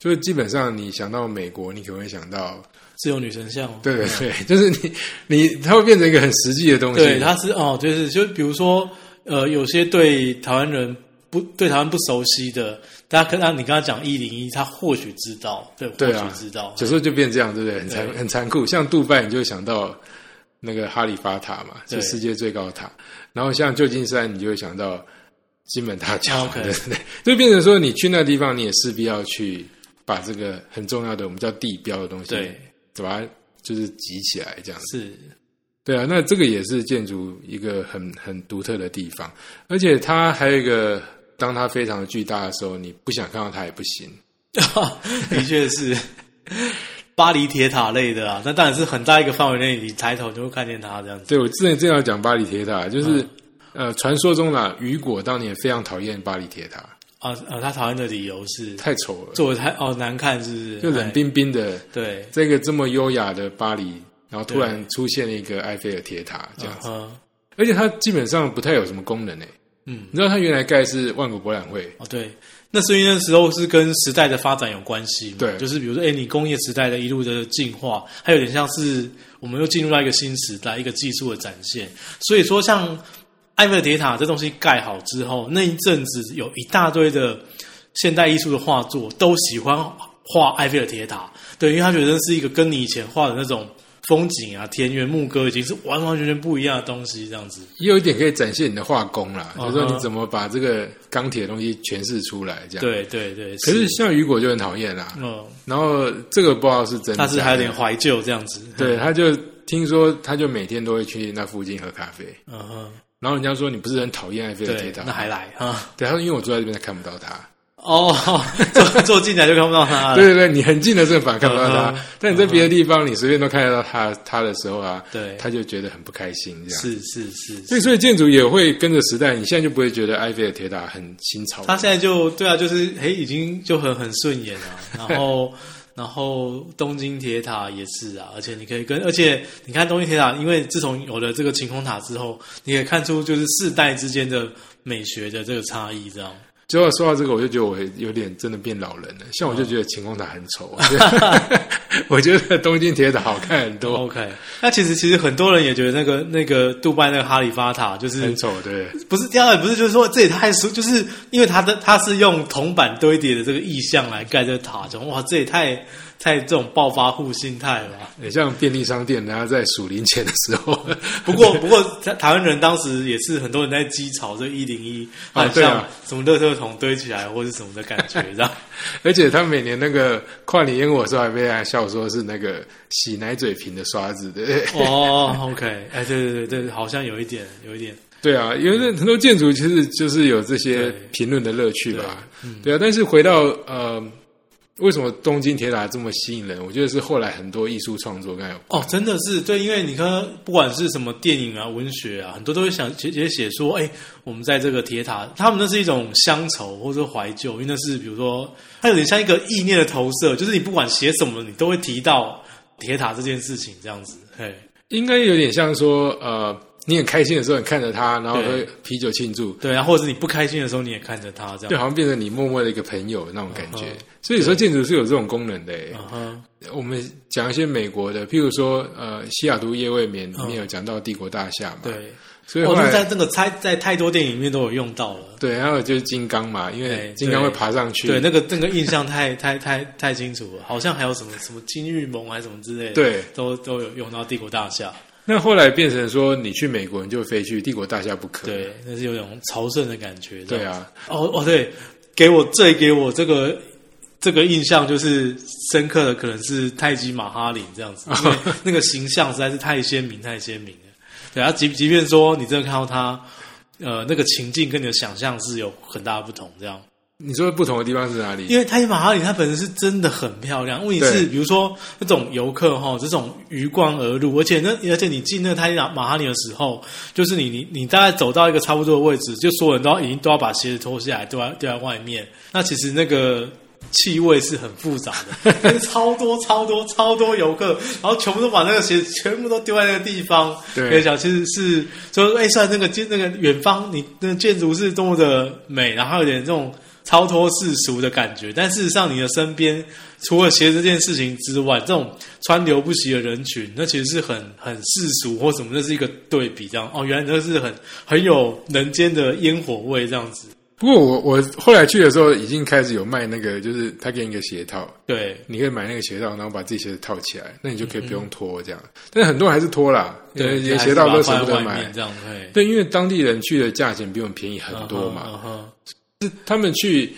[SPEAKER 1] 就是基本上你想到美国，你可能会想到，
[SPEAKER 2] 自由女神像哦，
[SPEAKER 1] 对对对，就是你你它会变成一个很实际的东西，
[SPEAKER 2] 对，他是哦，就是就比如说，呃，有些对台湾人不对台湾不熟悉的，大家跟他你跟他讲一零一，他或许知道，对，
[SPEAKER 1] 对
[SPEAKER 2] 或
[SPEAKER 1] 啊
[SPEAKER 2] 许知道，
[SPEAKER 1] 有时候就变这样，对不对？很残
[SPEAKER 2] 对
[SPEAKER 1] 很残酷。像杜拜，你就会想到那个哈利法塔嘛，
[SPEAKER 2] 对
[SPEAKER 1] 是世界最高塔。然后像旧金山，你就会想到金门大桥，
[SPEAKER 2] OK
[SPEAKER 1] 对 (laughs) 不对？就变成说，你去那地方，你也势必要去把这个很重要的我们叫地标的东西，
[SPEAKER 2] 对，
[SPEAKER 1] 把它就是集起来这样子。
[SPEAKER 2] 是， (laughs)
[SPEAKER 1] 对啊，那这个也是建筑一个很很独特的地方，而且它还有一个，当它非常巨大的时候，你不想看到它也不行。
[SPEAKER 2] 的确是。巴黎铁塔类的啊，那当然是很大一个范围内，你抬头就会看见它这样子。
[SPEAKER 1] 对，我之前正要讲巴黎铁塔，就是、
[SPEAKER 2] 嗯
[SPEAKER 1] 呃，传说中啦，雨果当年非常讨厌巴黎铁塔，
[SPEAKER 2] 啊啊，他讨厌的理由是
[SPEAKER 1] 太丑了，
[SPEAKER 2] 做的太哦难看，是不是？
[SPEAKER 1] 就冷
[SPEAKER 2] 哎。
[SPEAKER 1] 冰冰的
[SPEAKER 2] 对，
[SPEAKER 1] 这个这么优雅的巴黎，然后突然出现了一个埃菲尔铁塔这样子，
[SPEAKER 2] 嗯，
[SPEAKER 1] 而且它基本上不太有什么功能诶、
[SPEAKER 2] 嗯，
[SPEAKER 1] 你知道它原来盖是万国博览会，
[SPEAKER 2] 哦，对，那是因为那时候是跟时代的发展有关系嘛，
[SPEAKER 1] 对
[SPEAKER 2] 就是比如说，哎，你工业时代的一路的进化，还有点像是我们又进入到一个新时代，一个技术的展现。所以说，像埃菲尔铁塔这东西盖好之后，那一阵子有一大堆的现代艺术的画作都喜欢画埃菲尔铁塔，对，因为他觉得是一个跟你以前画的那种风景啊、田园牧歌已经是完完全全不一样的东西，这样子。
[SPEAKER 1] 也有一点可以展现你的画工啦，
[SPEAKER 2] 嗯
[SPEAKER 1] 就
[SPEAKER 2] 哼
[SPEAKER 1] 是说你怎么把这个钢铁的东西诠释出来这样。，
[SPEAKER 2] 对对对，
[SPEAKER 1] 可是像雨果就很讨厌啦，
[SPEAKER 2] 嗯，
[SPEAKER 1] 然后这个不知道是真的，
[SPEAKER 2] 但是嗯还有点怀旧这样子。
[SPEAKER 1] 对，他就听说，他就每天都会去那附近喝咖啡。
[SPEAKER 2] 嗯哼，
[SPEAKER 1] 然后人家说你不是很讨厌埃菲尔铁
[SPEAKER 2] 对，
[SPEAKER 1] 塔？
[SPEAKER 2] 那还来啊？
[SPEAKER 1] 对，他说因为我坐在这边，他看不到他。
[SPEAKER 2] 哦， (laughs) 坐坐进来就看不到它了。
[SPEAKER 1] 对对对，你很近的时候反而看不到它，
[SPEAKER 2] 啊嗯哼
[SPEAKER 1] 但你在别的地方，你随便都看得到它它的时候啊，
[SPEAKER 2] 嗯对
[SPEAKER 1] 他就觉得很不开心这样。
[SPEAKER 2] 是是是
[SPEAKER 1] 所以，所以建筑也会跟着时代，你现在就不会觉得埃菲尔铁塔很新潮。
[SPEAKER 2] 他现在就对啊，就是诶，已经就很很顺眼啊。然后，然后东京铁塔也是啊，而且你可以跟，而且你看东京铁塔，因为自从有了这个晴空塔之后，你可以看出就是世代之间的美学的这个差异，这样。
[SPEAKER 1] 结果说到这个，我就觉得我有点真的变老人了。像我就觉得晴空塔很丑，我觉得我觉得东京铁塔好看很多，
[SPEAKER 2] OK，那其实其实很多人也觉得那个那个杜拜那个哈利法塔就是
[SPEAKER 1] 很丑，对不对。
[SPEAKER 2] 不是第二，不是就是说这也太俗，就是因为它的它是用铜板堆叠的这个意象来盖这个塔，就哇，这也太太这种暴发户心态了吧。
[SPEAKER 1] 很像便利商店，人家在数零钱的时候， (laughs)
[SPEAKER 2] 不过，不过台台湾人当时也是很多人在讥嘲这一零一，
[SPEAKER 1] 啊
[SPEAKER 2] 很
[SPEAKER 1] 对啊
[SPEAKER 2] 像什么垃圾桶堆起来或是什么的感觉，
[SPEAKER 1] (laughs)
[SPEAKER 2] 这样。
[SPEAKER 1] 而且他每年那个跨年烟火的时候，还被人家笑说是那个洗奶嘴瓶的刷子，对不对？
[SPEAKER 2] 哦，OK，哎， (laughs) 对对对对，好像有一点，有一点，
[SPEAKER 1] 对啊，因为很多建筑其实就是有这些评论的乐趣吧。对啊，但是回到呃，为什么东京铁塔这么吸引人？我觉得是后来很多艺术创作，刚才有
[SPEAKER 2] 哦，真的是对，因为你看，不管是什么电影啊、文学啊，很多都会想写写写说，哎，我们在这个铁塔，他们那是一种乡愁或者怀旧，因为那是比如说，它有点像一个意念的投射，就是你不管写什么，你都会提到铁塔这件事情，这样子，嘿，
[SPEAKER 1] 应该有点像说呃，你很开心的时候，你看着它，然后
[SPEAKER 2] 对
[SPEAKER 1] 喝啤酒庆祝，
[SPEAKER 2] 对啊，或者是你不开心的时候，你也看着它这样
[SPEAKER 1] 就。好像变成你默默的一个朋友那种感觉
[SPEAKER 2] 嗯。
[SPEAKER 1] 所以说，建筑是有这种功能的、欸。
[SPEAKER 2] 嗯哼，
[SPEAKER 1] 我们讲一些美国的，譬如说呃，《西雅图夜未眠》里面有讲到帝国大厦嘛，，
[SPEAKER 2] 对，
[SPEAKER 1] 所以
[SPEAKER 2] 哦
[SPEAKER 1] 后，
[SPEAKER 2] 那
[SPEAKER 1] 来、
[SPEAKER 2] 在那个太在太多电影里面都有用到了。
[SPEAKER 1] 对，还有就是金刚嘛，因
[SPEAKER 2] 对
[SPEAKER 1] 为金刚会
[SPEAKER 2] 哎对
[SPEAKER 1] 爬上去，
[SPEAKER 2] 对，那个那个印象太 (laughs) 太太太清楚了，好像还有什么什么金玉盟还是什么之类的，
[SPEAKER 1] 对
[SPEAKER 2] 都都有用到帝国大厦。
[SPEAKER 1] 那后来变成说，你去美国你就非去帝国大厦不可。
[SPEAKER 2] 对，那是有种朝圣的感觉。这
[SPEAKER 1] 对
[SPEAKER 2] 样，
[SPEAKER 1] 啊，
[SPEAKER 2] 哦哦，对，给我最给我这个这个印象就是深刻的，可能是泰姬玛哈林这
[SPEAKER 1] (laughs)
[SPEAKER 2] 样子，因为那个形象实在是太鲜明，太鲜明了。对啊，即即便说你真的看到他，呃，那个情境跟你的想象是有很大的不同，这样。
[SPEAKER 1] 你说不同的地方是哪里？
[SPEAKER 2] 因为泰姬玛哈里它本身是真的很漂亮，问题是
[SPEAKER 1] 对
[SPEAKER 2] 比如说那种游客哈，这种鱼贯而入，而且那而且你进那个泰姬玛哈里的时候，就是你你你大概走到一个差不多的位置，就所有人都要已经都要把鞋子脱下来，丢在丢在外面。那其实那个。气味是很复杂的， (laughs) 超多超多超多游客，然后全部都把那个鞋子全部都丢在那个地方。
[SPEAKER 1] 对
[SPEAKER 2] 可以讲其实是就是哎，虽然那个建那个远方你那个建筑是多么的美，然后有点这种超脱世俗的感觉，但事实上你的身边除了鞋这件事情之外，这种川流不息的人群，那其实是很很世俗或什么，那是一个对比，这样哦，原来那是很很有人间的烟火味这样子，
[SPEAKER 1] 不过我我后来去的时候，已经开始有卖那个，就是他给你一个鞋套，
[SPEAKER 2] 对。
[SPEAKER 1] 你可以买那个鞋套，然后把自己鞋子套起来，那你就可以不用脱这样。但是很多人还是脱啦，
[SPEAKER 2] 对，
[SPEAKER 1] 连鞋套都舍不
[SPEAKER 2] 还是把它
[SPEAKER 1] 得
[SPEAKER 2] 放在外面
[SPEAKER 1] 买。
[SPEAKER 2] 这样对，
[SPEAKER 1] 对，因为当地人去的价钱比我们便宜很多嘛，
[SPEAKER 2] 嗯哼，嗯哼
[SPEAKER 1] 他们去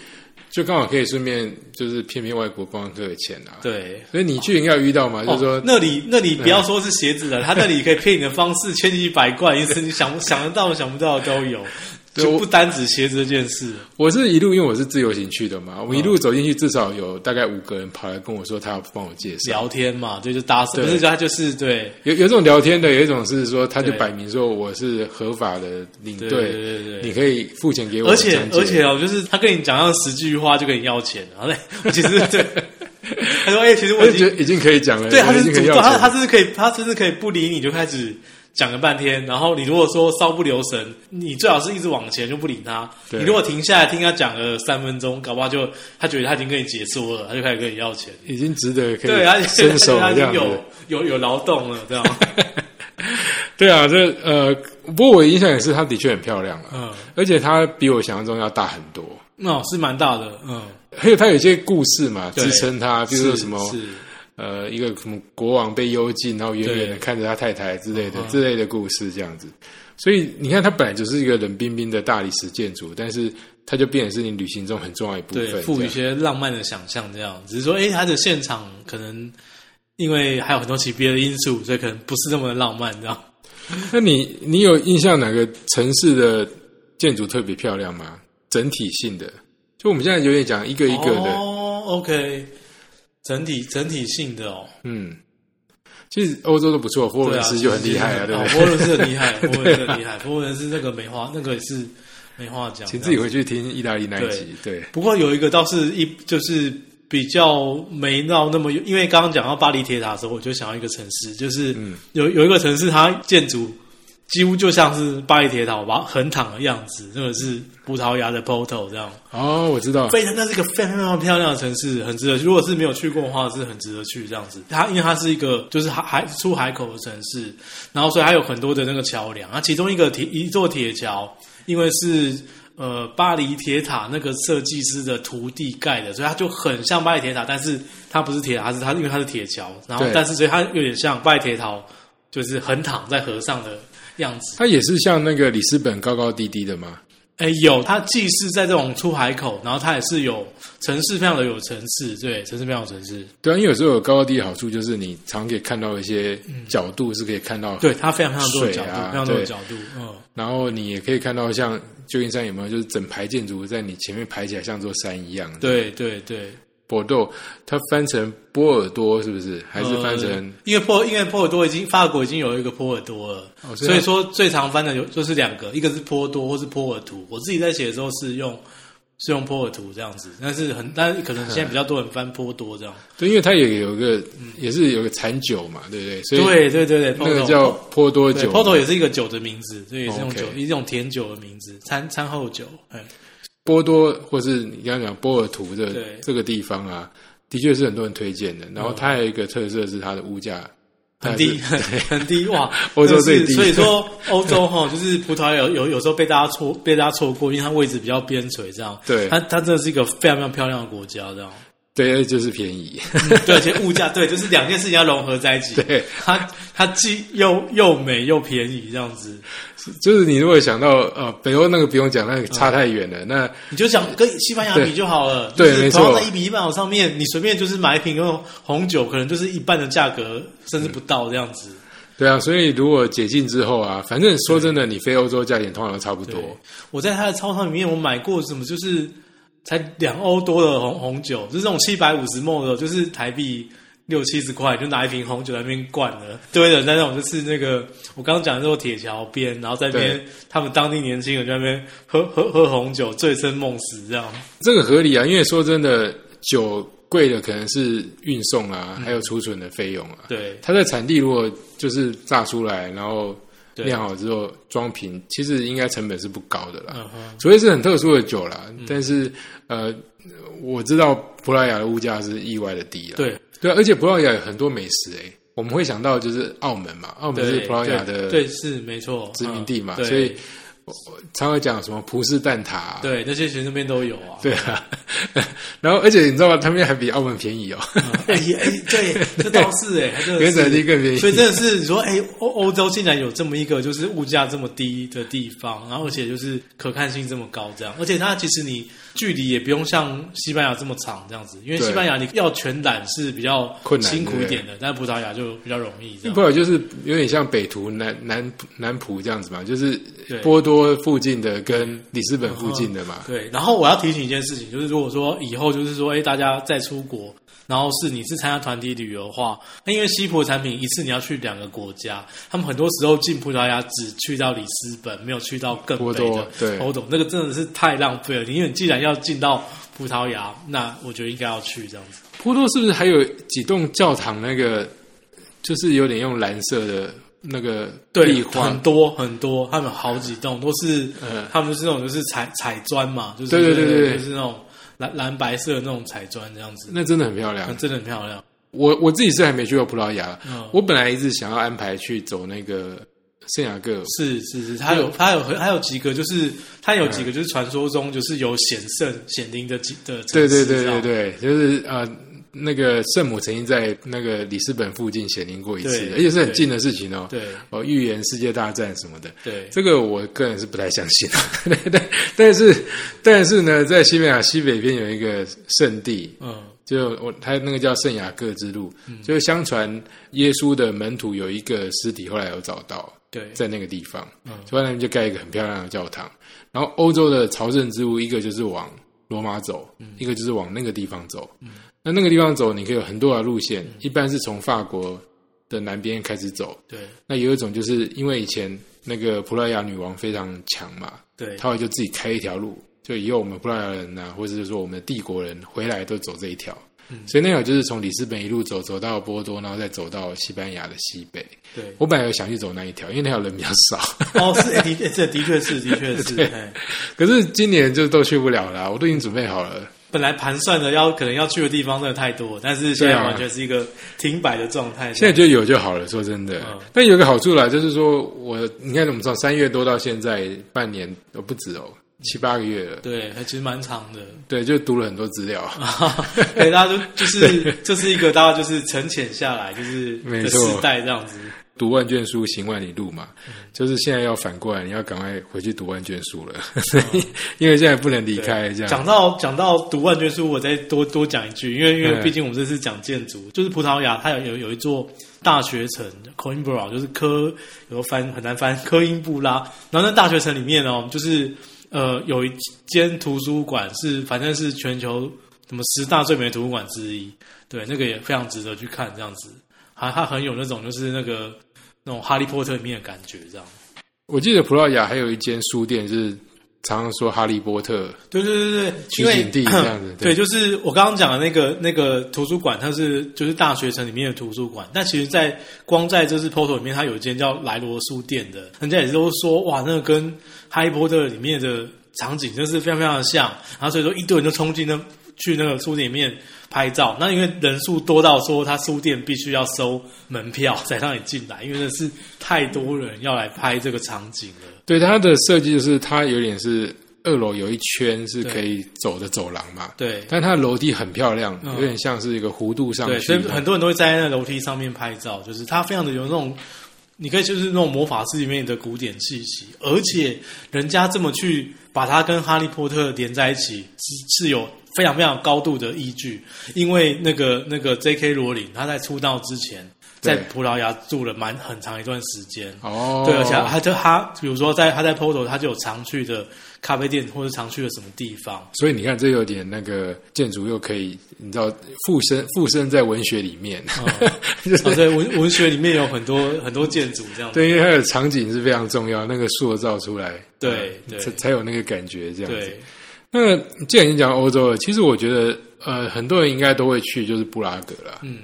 [SPEAKER 1] 就刚好可以顺便就是骗骗外国观光客的钱啊。，
[SPEAKER 2] 对，
[SPEAKER 1] 所以你去应该有遇到嘛，就是说
[SPEAKER 2] 哦、那里那里不要说是鞋子了，他那里可以骗你的方式千奇百怪，意思你想想得到想不到的都有，
[SPEAKER 1] (laughs) 对
[SPEAKER 2] 就
[SPEAKER 1] 我
[SPEAKER 2] 不单指鞋子这件事。
[SPEAKER 1] 我是一路，因为我是自由行去的
[SPEAKER 2] 嗯
[SPEAKER 1] 嘛，我一路走进去，至少有大概五个人跑来跟我说他要帮我介绍。
[SPEAKER 2] 聊天嘛，对，就搭讪，
[SPEAKER 1] 对
[SPEAKER 2] 不是他就是对
[SPEAKER 1] 有有一种聊天的，有一种是说他就
[SPEAKER 2] 对
[SPEAKER 1] 摆明说我是合法的领队，
[SPEAKER 2] 对对对
[SPEAKER 1] 你
[SPEAKER 2] 对。
[SPEAKER 1] 可以付钱给我
[SPEAKER 2] 而
[SPEAKER 1] 讲
[SPEAKER 2] 且
[SPEAKER 1] 解。
[SPEAKER 2] 而且哦，就是他跟你讲上十句话就跟你要钱，然后嘞，其实
[SPEAKER 1] (laughs)
[SPEAKER 2] 对，他说哎、其实我
[SPEAKER 1] 我
[SPEAKER 2] 已
[SPEAKER 1] 就觉
[SPEAKER 2] 经
[SPEAKER 1] 得已经可以讲了，
[SPEAKER 2] 对，他
[SPEAKER 1] 已
[SPEAKER 2] 是
[SPEAKER 1] 经
[SPEAKER 2] 主
[SPEAKER 1] 可以
[SPEAKER 2] 动，
[SPEAKER 1] 呃要
[SPEAKER 2] 他
[SPEAKER 1] 钱
[SPEAKER 2] 他甚至可以，他甚至可以不理你，就开始讲个半天。然后你如果说稍不留神，你最好是一直往前就不理他。你
[SPEAKER 1] 对
[SPEAKER 2] 如果停下来听他讲个三分钟，搞不好就他觉得他已经跟你解说了，他就开始跟你要钱。
[SPEAKER 1] 已经值得可
[SPEAKER 2] 对，而
[SPEAKER 1] 以
[SPEAKER 2] 且
[SPEAKER 1] 伸手
[SPEAKER 2] (laughs) 他
[SPEAKER 1] 了
[SPEAKER 2] 已
[SPEAKER 1] 这
[SPEAKER 2] 经
[SPEAKER 1] 样子。
[SPEAKER 2] 有有有劳动了，这样。
[SPEAKER 1] 对啊，这呃，不过我的印象也是，它的确很漂亮了，啊
[SPEAKER 2] 嗯，
[SPEAKER 1] 而且它比我想象中要大很多。
[SPEAKER 2] 那、是蛮大的，嗯，
[SPEAKER 1] 还有它有一些故事嘛，
[SPEAKER 2] 对
[SPEAKER 1] 支撑它，比如啊说什么
[SPEAKER 2] 是是
[SPEAKER 1] 呃，一个什么国王被幽禁，然后远远
[SPEAKER 2] 对嗯
[SPEAKER 1] 的看着他太太之类的之类的故事这样子。所以你看，它本来就是一个冷冰冰的大理石建筑，但是它就变成是你旅行中很重要一部分。
[SPEAKER 2] 对，赋予一
[SPEAKER 1] 这样
[SPEAKER 2] 些浪漫的想象，这样只是说，哎，它的现场可能因为还有很多其别的因素，所以可能不是那么浪漫，这样。
[SPEAKER 1] 那你你有印象哪个城市的建筑特别漂亮吗？整体性的，就我们现在有点讲一个一个的，
[SPEAKER 2] 哦，OK，整体整体性的哦，
[SPEAKER 1] 嗯，其实欧洲都不错，佛罗
[SPEAKER 2] 对
[SPEAKER 1] 伦
[SPEAKER 2] 啊，
[SPEAKER 1] 斯就很厉害
[SPEAKER 2] 啊，
[SPEAKER 1] 了，对
[SPEAKER 2] 哦
[SPEAKER 1] 不
[SPEAKER 2] 佛
[SPEAKER 1] 对？
[SPEAKER 2] 罗伦斯很
[SPEAKER 1] (laughs)
[SPEAKER 2] 厉害，佛罗伦斯很厉害，佛罗伦斯那个没话，那个也是没话讲。
[SPEAKER 1] 请自己回去听意大利那一集，对，
[SPEAKER 2] 不过有一个倒是一就是比较没闹那么有，因为刚刚讲到巴黎铁塔的时候，我就想到一个城市，就是
[SPEAKER 1] 嗯
[SPEAKER 2] 有、有一个城市，它建筑几乎就像是巴黎铁塔吧横躺的样子，那个是葡萄牙的 Porto 这样，
[SPEAKER 1] 哦，我知道，
[SPEAKER 2] 非常那是一个非常非常漂亮的城市，很值得去。如果是没有去过的话，是很值得去这样子。它因为它是一个就是海海出海口的城市，然后所以它有很多的那个桥梁，啊，其中一个铁一座铁桥，因为是呃巴黎铁塔那个设计师的徒弟盖的，所以它就很像巴黎铁塔，但是它不是铁塔，它是它因为它是铁桥，然后
[SPEAKER 1] 对
[SPEAKER 2] 但是所以它有点像巴黎铁塔，就是横躺在河上的样子。
[SPEAKER 1] 它也是像那个里斯本高高低低的嘛，
[SPEAKER 2] 哎，有，它既是在这种出海口，然后它也是有城市非常的有层次，对，城市非常有层次，
[SPEAKER 1] 对啊，因为有时候有高高低的好处就是你常可以看到一些角度是可以看到，
[SPEAKER 2] 嗯对，它非常非常多的
[SPEAKER 1] 水
[SPEAKER 2] 角度，
[SPEAKER 1] 啊
[SPEAKER 2] 非常多的
[SPEAKER 1] 对
[SPEAKER 2] 角度，嗯，
[SPEAKER 1] 然后你也可以看到像旧金山有没有就是整排建筑在你前面排起来像座山一样，，
[SPEAKER 2] 对对对，
[SPEAKER 1] 波豆它翻成波尔多是不是？还是翻成、
[SPEAKER 2] 呃因为波因为波尔多已经法国已经有一个波尔多了，
[SPEAKER 1] 哦所以
[SPEAKER 2] 所以
[SPEAKER 1] 它
[SPEAKER 2] 说最常翻的有就是两个，一个是波多或是波尔图，我自己在写的时候是用是用波尔图这样子，但是很但可能现在比较多人翻波多这样，
[SPEAKER 1] 对，因为它也有一个、也是有个产酒嘛，对不对？所以
[SPEAKER 2] 对对对对，波
[SPEAKER 1] 那个
[SPEAKER 2] 多
[SPEAKER 1] 叫波多
[SPEAKER 2] 对
[SPEAKER 1] 酒
[SPEAKER 2] p o t o 也是一个酒的名字，这也是一种
[SPEAKER 1] OK
[SPEAKER 2] 酒，一种甜酒的名字，餐餐后酒。哎，
[SPEAKER 1] 波多或是你刚刚讲波尔图的
[SPEAKER 2] 对
[SPEAKER 1] 这个地方啊，的确是很多人推荐的。然后它还有一个特色是它的物价
[SPEAKER 2] 很低，
[SPEAKER 1] 它
[SPEAKER 2] 很低哇！
[SPEAKER 1] (laughs) 欧洲最
[SPEAKER 2] 真的
[SPEAKER 1] 低
[SPEAKER 2] 是所以说欧洲哈，就是葡萄牙有有有时候被大家错被大家错过，因为它位置比较边陲，这样。
[SPEAKER 1] 对
[SPEAKER 2] 它它真的是一个非常非常漂亮的国家，这样。
[SPEAKER 1] (laughs)
[SPEAKER 2] (laughs)
[SPEAKER 1] 对，对就是便宜。 (laughs)
[SPEAKER 2] 对，而且物价对，就是两件事情要融合在一起。
[SPEAKER 1] 对，
[SPEAKER 2] 它它既又又美又便宜，这样子。
[SPEAKER 1] 就是你如果想到呃北欧那个不用讲，那个差太远了。那
[SPEAKER 2] 你就讲跟西班牙比就好了，
[SPEAKER 1] 对
[SPEAKER 2] 就是
[SPEAKER 1] 没
[SPEAKER 2] 同样
[SPEAKER 1] 错
[SPEAKER 2] 在一比一半好上面，你随便就是买一瓶红酒，可能就是一半的价格，甚至不到这样子。
[SPEAKER 1] 对啊，所以如果解禁之后啊，反正说真的，你非欧洲价钱通常都差不多
[SPEAKER 2] 对。，我在他的超市里面，我买过什么就是才两欧多的红红酒，就是这种七百五十 ml 的，就是台币六七十块，就拿一瓶红酒在那边灌了，堆的那种，就是那个我刚刚讲的那种铁桥边，然后在那边
[SPEAKER 1] 对
[SPEAKER 2] 他们当地年轻人在那边喝喝喝红酒，醉生梦死这样。
[SPEAKER 1] 这个合理啊，因为说真的，酒贵的可能是运送啊，
[SPEAKER 2] 嗯
[SPEAKER 1] 还有储存的费用啊。
[SPEAKER 2] 对
[SPEAKER 1] 它在产地如果就是榨出来，然后
[SPEAKER 2] 对
[SPEAKER 1] 酿好之后装瓶，其实应该成本是不高的啦。
[SPEAKER 2] 嗯哼
[SPEAKER 1] 除非是很特殊的酒啦，
[SPEAKER 2] 嗯
[SPEAKER 1] 但是呃，我知道葡萄牙的物价是意外的低了。
[SPEAKER 2] 对，
[SPEAKER 1] 对啊，而且葡萄牙有很多美食诶、我们会想到就是澳门嘛，澳门是
[SPEAKER 2] 对
[SPEAKER 1] 葡萄牙的
[SPEAKER 2] 对对是没错
[SPEAKER 1] 殖民地嘛，
[SPEAKER 2] 嗯对
[SPEAKER 1] 所以我我常会讲什么葡式蛋挞、啊。
[SPEAKER 2] 对那些学生边都有啊。
[SPEAKER 1] (laughs) 对啊，然后而且你知道吗？他们还比澳门便
[SPEAKER 2] (laughs)
[SPEAKER 1] 宜哦，
[SPEAKER 2] 哎也哎对，这倒是哎，还真的
[SPEAKER 1] 原产
[SPEAKER 2] 是
[SPEAKER 1] 地更便宜。
[SPEAKER 2] 所以真的是你说，哎、欧欧洲竟然有这么一个就是物价这么低的地方，然后而且就是可看性这么高，这样，而且它其实你距离也不用像西班牙这么长这样子，因为
[SPEAKER 1] 对
[SPEAKER 2] 西班牙你要全揽是比较
[SPEAKER 1] 困难
[SPEAKER 2] 辛苦
[SPEAKER 1] 对
[SPEAKER 2] 一点的，但葡萄牙就比较容易
[SPEAKER 1] 那
[SPEAKER 2] 这样
[SPEAKER 1] 不。好就是有点像北图南南南浦这样子嘛，就是
[SPEAKER 2] 对哦
[SPEAKER 1] 波多附近的跟里斯本附近的嘛。
[SPEAKER 2] 对，然后我要提醒一件事情，就是如果说以后就是说，哎，大家再出国，然后是你是参加团体旅游的话，那因为西普的产品一次你要去两个国家，他们很多时候进葡萄牙只去到里斯本，没有去到更
[SPEAKER 1] 波
[SPEAKER 2] 北
[SPEAKER 1] 多
[SPEAKER 2] 的
[SPEAKER 1] 对
[SPEAKER 2] 欧懂，那个真的是太浪费了。因为你既然要进到葡萄牙，那我觉得应该要去这样子。
[SPEAKER 1] 波多是不是还有几栋教堂？那个就是有点用蓝色的那个壁
[SPEAKER 2] 对，
[SPEAKER 1] 画
[SPEAKER 2] 很，多很多，他们有好几栋都是，
[SPEAKER 1] 嗯
[SPEAKER 2] 他们就是那种就是彩彩砖嘛，就是
[SPEAKER 1] 对对对对对
[SPEAKER 2] 就是那种蓝蓝白色的那种彩砖这样子，
[SPEAKER 1] 那真的很漂亮。
[SPEAKER 2] 真的很漂亮。
[SPEAKER 1] 我我自己是还没去过葡萄牙，
[SPEAKER 2] 嗯
[SPEAKER 1] 我本来一直想要安排去走那个圣雅各。
[SPEAKER 2] 是是是，它有它有很它有几个，就是它
[SPEAKER 1] 嗯
[SPEAKER 2] 有几个就是传说中就是有险胜险灵的几的城
[SPEAKER 1] 对
[SPEAKER 2] 市
[SPEAKER 1] 对对
[SPEAKER 2] 这样
[SPEAKER 1] 对对，就是呃，那个圣母曾经在那个里斯本附近显灵过一次
[SPEAKER 2] 对，
[SPEAKER 1] 而且是很近的事情哦。
[SPEAKER 2] 对
[SPEAKER 1] 哦，预言世界大战什么的，
[SPEAKER 2] 对
[SPEAKER 1] 这个我个人是不太相信。 (laughs) 但但是但是呢，在西班牙西北边有一个圣地，
[SPEAKER 2] 嗯
[SPEAKER 1] 就我他那个叫圣雅各之路，就是相传耶稣的门徒有一个尸体，后来有找到。
[SPEAKER 2] 对
[SPEAKER 1] 在那个地方，所以那边就盖一个很漂亮的教堂。然后欧洲的朝圣之路，一个就是往罗马走，一个就是往那个地方走。那那个地方走，你可以有很多条路线，一般是从法国的南边开始走。
[SPEAKER 2] 对
[SPEAKER 1] 那有一种就是因为以前那个葡萄牙女王非常强嘛，
[SPEAKER 2] 对，
[SPEAKER 1] 她会就自己开一条路，就以后我们葡萄牙人呐、或者是说我们的帝国人回来都走这一条。所以那条就是从里斯本一路走走到波多，然后再走到西班牙的西北。
[SPEAKER 2] 对，
[SPEAKER 1] 我本来有想去走那一条，因为那条人比较少。
[SPEAKER 2] 哦，是，哎的，哎这的确是，的确是，哎，
[SPEAKER 1] 可是今年就都去不了啊啦，我都已经准备好了。
[SPEAKER 2] 本来盘算的要可能要去的地方真的太多，但是现在
[SPEAKER 1] 对啊
[SPEAKER 2] 完全是一个停摆的状态。
[SPEAKER 1] 现在就有就好了，说真的。
[SPEAKER 2] 嗯
[SPEAKER 1] 但有个好处啦，就是说我你看，我们从三月多到现在半年，哦不止哦，
[SPEAKER 2] 嗯
[SPEAKER 1] 七八个月了。
[SPEAKER 2] 对，还其实蛮长
[SPEAKER 1] (laughs)
[SPEAKER 2] 的。
[SPEAKER 1] 对，就读了很多资料。
[SPEAKER 2] 嗯对，大家就就是这是一个大家就是沉潜下来，就是
[SPEAKER 1] 没
[SPEAKER 2] 的
[SPEAKER 1] 错
[SPEAKER 2] 时代这样子。
[SPEAKER 1] 读万卷书，行万里路嘛，
[SPEAKER 2] 嗯
[SPEAKER 1] 就是现在要反过来，你要赶快回去读万卷书了， (laughs) 因为现在不能离
[SPEAKER 2] 嗯对
[SPEAKER 1] 开这样。
[SPEAKER 2] 讲到讲到读万卷书，我再多多讲一句，因为因为
[SPEAKER 1] 嗯
[SPEAKER 2] 毕竟我们这次讲建筑，就是葡萄牙它有有有一座大学城 Coimbra，就是科有时候翻很难翻科因布拉，然后那大学城里面哦，就是呃有一间图书馆是反正是全球什么十大最美的图书馆之一，对，那个也非常值得去看，这样子，还它很有那种就是那个那种哈利波特里面的感觉，这样。
[SPEAKER 1] 我记得葡萄牙还有一间书店，就是常常说哈利波特
[SPEAKER 2] 对对对对，
[SPEAKER 1] 取
[SPEAKER 2] 因为 (clears throat)
[SPEAKER 1] 景地这样子
[SPEAKER 2] 对，就是我刚刚讲的那个那个图书馆，它是就是大学城里面的图书馆，但其实在光在这次 Porto 里面，它有一间叫莱罗书店的，人家也都说哇，那个跟《哈利波特》里面的场景真是非常非常的像，然后所以说一堆人都冲进那去那个书店里面拍照，那因为人数多到说他书店必须要收门票才让你进来，因为那是太多人要来拍这个场景了。
[SPEAKER 1] 对它的设计就是它有点是二楼有一圈是可以走的走廊嘛，
[SPEAKER 2] 对，
[SPEAKER 1] 但它的楼梯很漂亮，有点像是一个弧度上
[SPEAKER 2] 嗯对，
[SPEAKER 1] 去
[SPEAKER 2] 所以
[SPEAKER 1] 的。
[SPEAKER 2] 很多人都会在那楼梯上面拍照，就是它非常的有那种，你可以就是那种魔法师里面的古典气息，而且人家这么去把它跟哈利波特连在一起，是是有非常非常高度的依据，因为那个那个 J.K. 罗琳他在出道之前，
[SPEAKER 1] 对
[SPEAKER 2] 在葡萄牙住了蛮很长一段时间，
[SPEAKER 1] 哦，
[SPEAKER 2] 对，而且他就他比如说在他在 Porto 他就有常去的咖啡店或者常去的什么地方。
[SPEAKER 1] 所以你看，这有点那个建筑又可以，你知道附身附身在文学里面，
[SPEAKER 2] 嗯
[SPEAKER 1] 就是
[SPEAKER 2] 哦，对，文文学里面有很多很多建筑这样子。
[SPEAKER 1] 对，因为它的场景是非常重要，那个塑造出来，
[SPEAKER 2] 对
[SPEAKER 1] 嗯
[SPEAKER 2] 对
[SPEAKER 1] 才才有那个感觉这样子。
[SPEAKER 2] 对，
[SPEAKER 1] 那既然已经讲欧洲了，其实我觉得呃，很多人应该都会去，就是布拉格啦。
[SPEAKER 2] 嗯，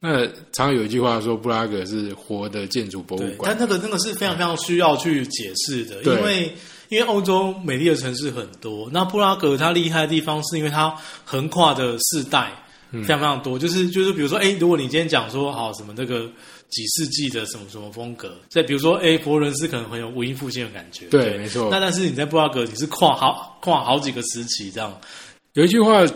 [SPEAKER 1] 那常有一句话说，布拉格是活的建筑博物
[SPEAKER 2] 对，
[SPEAKER 1] 馆
[SPEAKER 2] 但。那个那个是非常非常需要去解释的，
[SPEAKER 1] 对
[SPEAKER 2] 因为因为欧洲美丽的城市很多，那布拉格它厉害的地方是因为它横跨的世代非常非常
[SPEAKER 1] 嗯
[SPEAKER 2] 多，就是就是比如说，哎，如果你今天讲说好什么那个几世纪的什么什么风格，再比如说，哎，佛罗伦斯可能很有文艺复兴的感觉，
[SPEAKER 1] 对没错
[SPEAKER 2] 那但是你在布拉格你是跨好跨好几个时期这样，
[SPEAKER 1] 有一句话，呃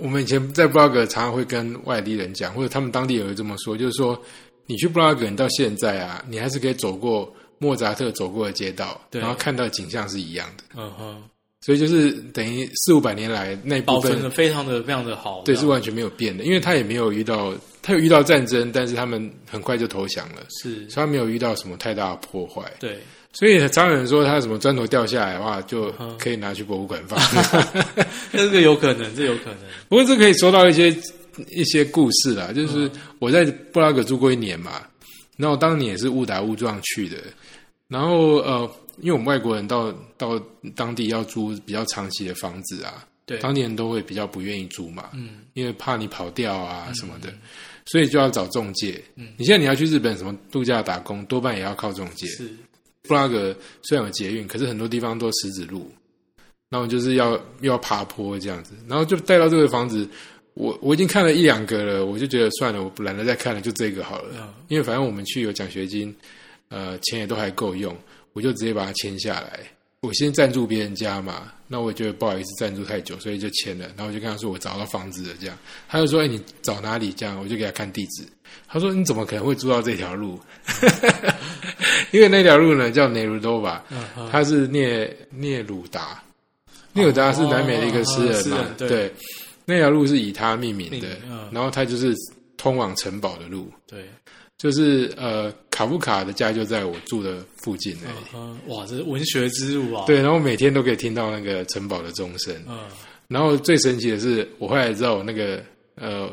[SPEAKER 1] 我们以前在布拉格常常会跟外地人讲，或者他们当地也会这么说，就是说你去布拉格，你到现在啊，你还是可以走过莫扎特走过的街道，
[SPEAKER 2] 对
[SPEAKER 1] 然后看到景象是一样的。
[SPEAKER 2] 嗯哼，
[SPEAKER 1] 所以就是等于四五百年来那部
[SPEAKER 2] 保存
[SPEAKER 1] 分
[SPEAKER 2] 的非常的非常的好，
[SPEAKER 1] 对
[SPEAKER 2] 这
[SPEAKER 1] 是
[SPEAKER 2] 样
[SPEAKER 1] 完全没有变的，因为他也没有遇到，他有遇到战争，但是他们很快就投降了， (laughs)
[SPEAKER 2] 是，
[SPEAKER 1] 所以他没有遇到什么太大的破坏。
[SPEAKER 2] 对。 (laughs)
[SPEAKER 1] 所以常有人说他什么砖头掉下来的话，就可以拿去博物馆放。
[SPEAKER 2] 那这个有可能，这有可能。
[SPEAKER 1] 不过这可以说到一些一些故事啦，就是我在布拉格住过一年嘛，然后我当年也是误打误撞去的，然后呃，因为我们外国人到到当地要租比较长期的房子啊，
[SPEAKER 2] 对，
[SPEAKER 1] 当地人都会比较不愿意租嘛，
[SPEAKER 2] 嗯，
[SPEAKER 1] 因为怕你跑掉啊什么的，所以就要找中介。
[SPEAKER 2] 嗯
[SPEAKER 1] 你现在你要去日本什么度假打工，多半也要靠中介。
[SPEAKER 2] 是，
[SPEAKER 1] 布拉格虽然有捷运，可是很多地方都石子路，然后就是要又要爬坡这样子，然后就带到这个房子，我我已经看了一两个了，我就觉得算了，我不懒得再看了，就这个好了，
[SPEAKER 2] 嗯
[SPEAKER 1] 因为反正我们去有奖学金，呃，钱也都还够用，我就直接把它签下来。我先赞助别人家嘛，那我也觉得不好意思赞助太久，所以就签了。然后我就跟他说我找到房子了，这样他就说：“哎、你找哪里？”这样我就给他看地址。他说：“你怎么可能会住到这条路？因为那条路呢叫内鲁多吧，
[SPEAKER 2] 嗯哼，
[SPEAKER 1] 他是聂聂鲁达，聂鲁达是南美的一个诗人嘛，
[SPEAKER 2] 哦哦哦哦诗人对
[SPEAKER 1] 对，那条路是以他命名的
[SPEAKER 2] 命，嗯
[SPEAKER 1] 然后它就是通往城堡的路，
[SPEAKER 2] 对，
[SPEAKER 1] 就是呃卡夫卡的家就在我住的附近而已。
[SPEAKER 2] 嗯嗯哼，哇，这是文学之路啊！，
[SPEAKER 1] 对，然后每天都可以听到那个城堡的钟声，
[SPEAKER 2] 嗯，
[SPEAKER 1] 然后最神奇的是，我后来知道我那个呃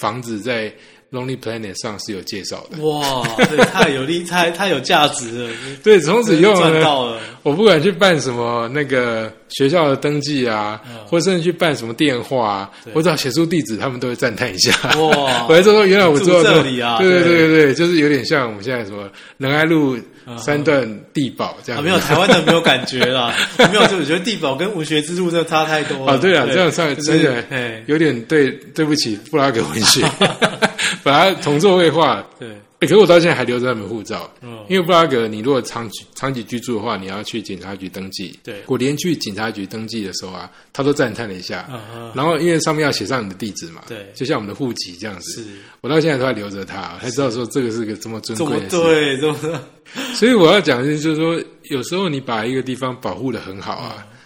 [SPEAKER 1] 房子在 Lonely Planet 上是有介绍的。
[SPEAKER 2] 哇，这也太有利，太太有价值了，
[SPEAKER 1] (laughs) 对，从此以后
[SPEAKER 2] 赚
[SPEAKER 1] 呢，
[SPEAKER 2] 到了。
[SPEAKER 1] 我不管去办什么那个学校的登记啊，
[SPEAKER 2] 嗯
[SPEAKER 1] 或甚至去办什么电话啊，我只要写出地址，他们都会赞叹一下。(laughs)
[SPEAKER 2] 哇
[SPEAKER 1] 我还说说，原来我
[SPEAKER 2] 哦住
[SPEAKER 1] 知道
[SPEAKER 2] 这里啊
[SPEAKER 1] 对对
[SPEAKER 2] 对
[SPEAKER 1] 对对对，就是有点像我们现在什么仁爱路三段地堡这样
[SPEAKER 2] 啊，
[SPEAKER 1] 子。
[SPEAKER 2] 没有台湾的没有感觉啦，没有，就我觉得地堡跟文学之路真的差太多了。
[SPEAKER 1] 啊，对啊，这样上
[SPEAKER 2] 就是
[SPEAKER 1] 真的
[SPEAKER 2] 哎，
[SPEAKER 1] 有点对对不起布拉格文
[SPEAKER 2] (laughs)
[SPEAKER 1] 学，把它同座位化。
[SPEAKER 2] 对，
[SPEAKER 1] 欸可是我到现在还留着他们护照，
[SPEAKER 2] 嗯
[SPEAKER 1] 因为布拉格，你如果长期长期居住的话，你要去警察局登记。
[SPEAKER 2] 对
[SPEAKER 1] 我连去警察局登记的时候啊，他都赞叹了一下。
[SPEAKER 2] 嗯嗯
[SPEAKER 1] 然后因为上面要写上你的地址嘛，
[SPEAKER 2] 对
[SPEAKER 1] 就像我们的户籍这样子。
[SPEAKER 2] 是
[SPEAKER 1] 我到现在都还留着它，才知道说这个是个这么尊
[SPEAKER 2] 这么
[SPEAKER 1] 贵的事。
[SPEAKER 2] 对，这么
[SPEAKER 1] 所以我要讲的就是说，有时候你把一个地方保护的很好啊，
[SPEAKER 2] 嗯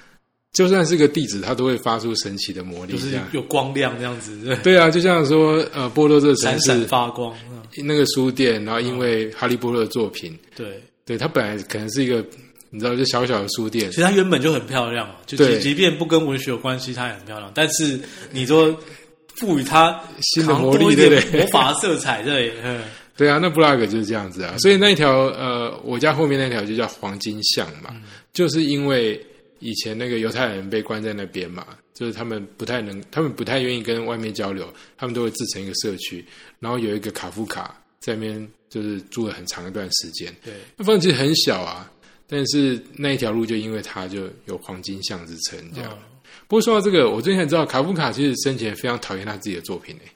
[SPEAKER 1] 就算是个地址，它都会发出神奇的魔力。
[SPEAKER 2] 就
[SPEAKER 1] 这
[SPEAKER 2] 是
[SPEAKER 1] 样
[SPEAKER 2] 有光亮这样子，对
[SPEAKER 1] 对啊，就像说呃，波多这个城
[SPEAKER 2] 闪
[SPEAKER 1] 市
[SPEAKER 2] 闪嗯发光。嗯
[SPEAKER 1] 那个书店，然后因为哈利波特的作品。
[SPEAKER 2] 对，
[SPEAKER 1] 对，它本来可能是一个，你知道，就小小的书店
[SPEAKER 2] 其，实它原本就很漂亮嘛，就即
[SPEAKER 1] 对
[SPEAKER 2] 即便不跟文学有关系，它也很漂亮。但是你说赋予它
[SPEAKER 1] 新的
[SPEAKER 2] 好像
[SPEAKER 1] 魔力
[SPEAKER 2] 多一
[SPEAKER 1] 对
[SPEAKER 2] 点
[SPEAKER 1] 不对
[SPEAKER 2] 魔法色彩，对，嗯
[SPEAKER 1] 对啊，那布拉格就是这样子啊。所以那一条呃，我家后面那条就叫黄金巷嘛，就是因为以前那个犹太人被关在那边嘛，就是他们不太能，他们不太愿意跟外面交流，他们都会自成一个社区，然后有一个卡夫卡在那边就是住了很长一段时间。
[SPEAKER 2] 对，
[SPEAKER 1] 那地方其实很小啊，但是那一条路就因为它就有黄金巷之称，这样。
[SPEAKER 2] 嗯
[SPEAKER 1] 不过说到这个，我最近才知道卡夫卡其实生前非常讨厌他自己的作品诶、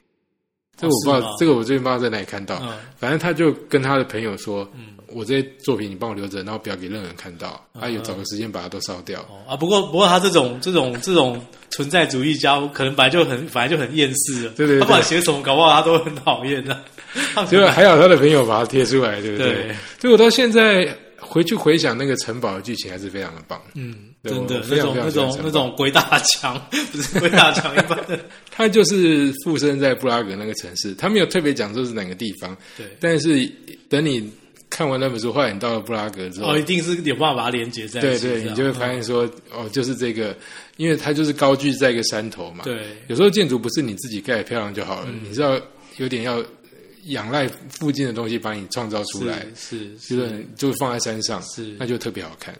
[SPEAKER 1] 这个我不知
[SPEAKER 2] 哦是
[SPEAKER 1] 道，
[SPEAKER 2] 吗
[SPEAKER 1] 这个我最近不知道在哪里看到。
[SPEAKER 2] 嗯
[SPEAKER 1] 反正他就跟他的朋友说：“我这些作品你帮我留着，然后不要给任何人看到。啊，有找个时间把它都烧掉。
[SPEAKER 2] 嗯哦啊，不过不过他这种这种这种存在主义家，可能本来就很本来就很厌世了。
[SPEAKER 1] 对对对
[SPEAKER 2] 他不管写什么，搞不好他都很讨厌啊
[SPEAKER 1] (laughs)
[SPEAKER 2] 的。他们
[SPEAKER 1] 结果还好他的朋友把它贴出来，对不对？
[SPEAKER 2] 对
[SPEAKER 1] 所以我到现在回去回想那个城堡的剧情，还是非常的棒。
[SPEAKER 2] 嗯，
[SPEAKER 1] 对
[SPEAKER 2] 真的
[SPEAKER 1] 我非
[SPEAKER 2] 那
[SPEAKER 1] 常非
[SPEAKER 2] 种
[SPEAKER 1] 常
[SPEAKER 2] 那
[SPEAKER 1] 喜欢
[SPEAKER 2] 种
[SPEAKER 1] 城堡
[SPEAKER 2] 那种鬼打墙，不是鬼打墙一般
[SPEAKER 1] (laughs)
[SPEAKER 2] 的。
[SPEAKER 1] 他就是附身在布拉格那个城市，他没有特别讲这是哪个地方，
[SPEAKER 2] 对，
[SPEAKER 1] 但是等你看完那本书，后来你到了布拉格之后，
[SPEAKER 2] 哦，一定是有办法把它连接在一
[SPEAKER 1] 对
[SPEAKER 2] 起。
[SPEAKER 1] 对，
[SPEAKER 2] 这样
[SPEAKER 1] 你就会发现说，哦，就是这个，因为它就是高踞在一个山头嘛。，
[SPEAKER 2] 对
[SPEAKER 1] 有时候建筑不是你自己盖得漂亮就好了，你知道有点要仰赖附近的东西把你创造出来，
[SPEAKER 2] 是
[SPEAKER 1] 就是是你就放在山上，
[SPEAKER 2] 是
[SPEAKER 1] 那就特别好看。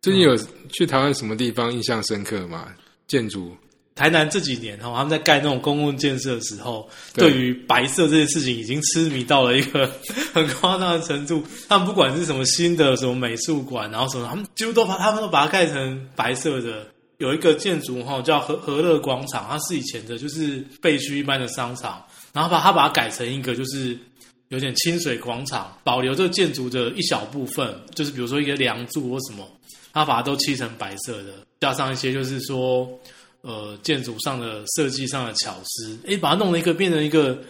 [SPEAKER 1] 最近有去台湾什么地方印象深刻吗？建筑
[SPEAKER 2] 台南这几年哦，他们在盖那种公共建设的时候，
[SPEAKER 1] 对
[SPEAKER 2] 对于白色这件事情已经痴迷到了一个 (laughs) 很夸张的程度。他们不管是什么新的什么美术馆，然后什么，他们几乎都把他们都把它盖成白色的。有一个建筑哈叫和和乐广场，它是以前的就是废墟一般的商场，然后把它把它改成一个就是有点清水广场，保留这个建筑的一小部分，就是比如说一个梁柱或什么，它把它都漆成白色的，加上一些就是说呃建筑上的设计上的巧思，诶，把它弄了一个变成一个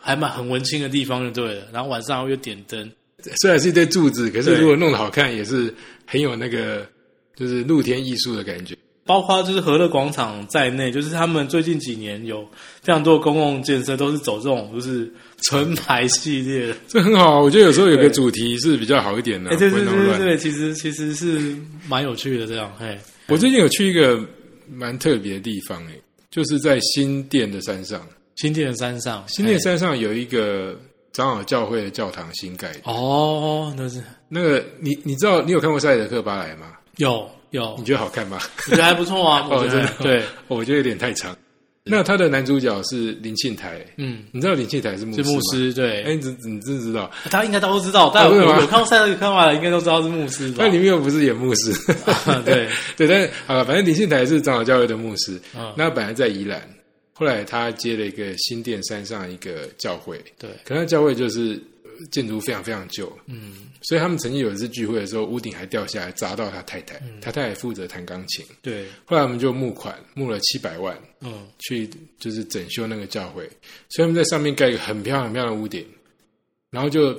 [SPEAKER 2] 还蛮很文青的地方就对了。然后晚上又点灯，
[SPEAKER 1] (laughs) 虽然是一堆柱子，可是
[SPEAKER 2] 对
[SPEAKER 1] 如果弄得好看，也是很有那个就是露天艺术的感觉。
[SPEAKER 2] 包括就是和乐广场在内，就是他们最近几年有非常多的公共建设都是走这种就是纯白系列
[SPEAKER 1] (laughs)
[SPEAKER 2] 的。
[SPEAKER 1] 这很好啊，我觉得有时候有个
[SPEAKER 2] 对
[SPEAKER 1] 主题是比较好一点的，
[SPEAKER 2] 哎、对
[SPEAKER 1] 啊不会
[SPEAKER 2] 对
[SPEAKER 1] 那
[SPEAKER 2] 对
[SPEAKER 1] 么
[SPEAKER 2] 对
[SPEAKER 1] 乱。
[SPEAKER 2] 对，其实其实是蛮有趣的这样，嘿，
[SPEAKER 1] 我最近有去一个蛮特别的地方、诶，就是在新店的山上。
[SPEAKER 2] 新店的山上，
[SPEAKER 1] 新店
[SPEAKER 2] 嘿
[SPEAKER 1] 山上有一个长老教会的教堂新盖的，
[SPEAKER 2] 哦，那是
[SPEAKER 1] 那个你你知道你有看过塞德克巴莱吗？
[SPEAKER 2] 有
[SPEAKER 1] (laughs)
[SPEAKER 2] 有，
[SPEAKER 1] 你觉得好看吗？
[SPEAKER 2] 我觉得还不错啊，我觉
[SPEAKER 1] 哦真
[SPEAKER 2] 得
[SPEAKER 1] 的
[SPEAKER 2] 对，
[SPEAKER 1] 我觉得有点太长。那他的男主角是林庆台，欸
[SPEAKER 2] 嗯，
[SPEAKER 1] 你知道林庆台是牧
[SPEAKER 2] 是牧
[SPEAKER 1] 师吗？
[SPEAKER 2] 师对，
[SPEAKER 1] 哎，你知你知不知道？
[SPEAKER 2] 大家应该都知道，但我
[SPEAKER 1] 真的哦吗
[SPEAKER 2] 有看过赛德克巴莱，应该都知道是牧师吧
[SPEAKER 1] 那？里面又不是演牧师，
[SPEAKER 2] (laughs) 对，
[SPEAKER 1] 对，但是啊，反正林信台是长老教会的牧师，
[SPEAKER 2] 嗯
[SPEAKER 1] (laughs) 那他本来在宜兰，后来他接了一个新店山上一个教会，
[SPEAKER 2] 对，
[SPEAKER 1] 可那教会就是呃建筑非常非常旧，
[SPEAKER 2] 嗯，
[SPEAKER 1] 所以他们曾经有一次聚会的时候，屋顶还掉下来砸到他太太，他太太负责弹钢琴，
[SPEAKER 2] 对，
[SPEAKER 1] 后来我们就募款募了七百万
[SPEAKER 2] 嗯，
[SPEAKER 1] 去就是整修那个教会，所以他们在上面盖一个很漂亮很漂亮的屋顶，然后就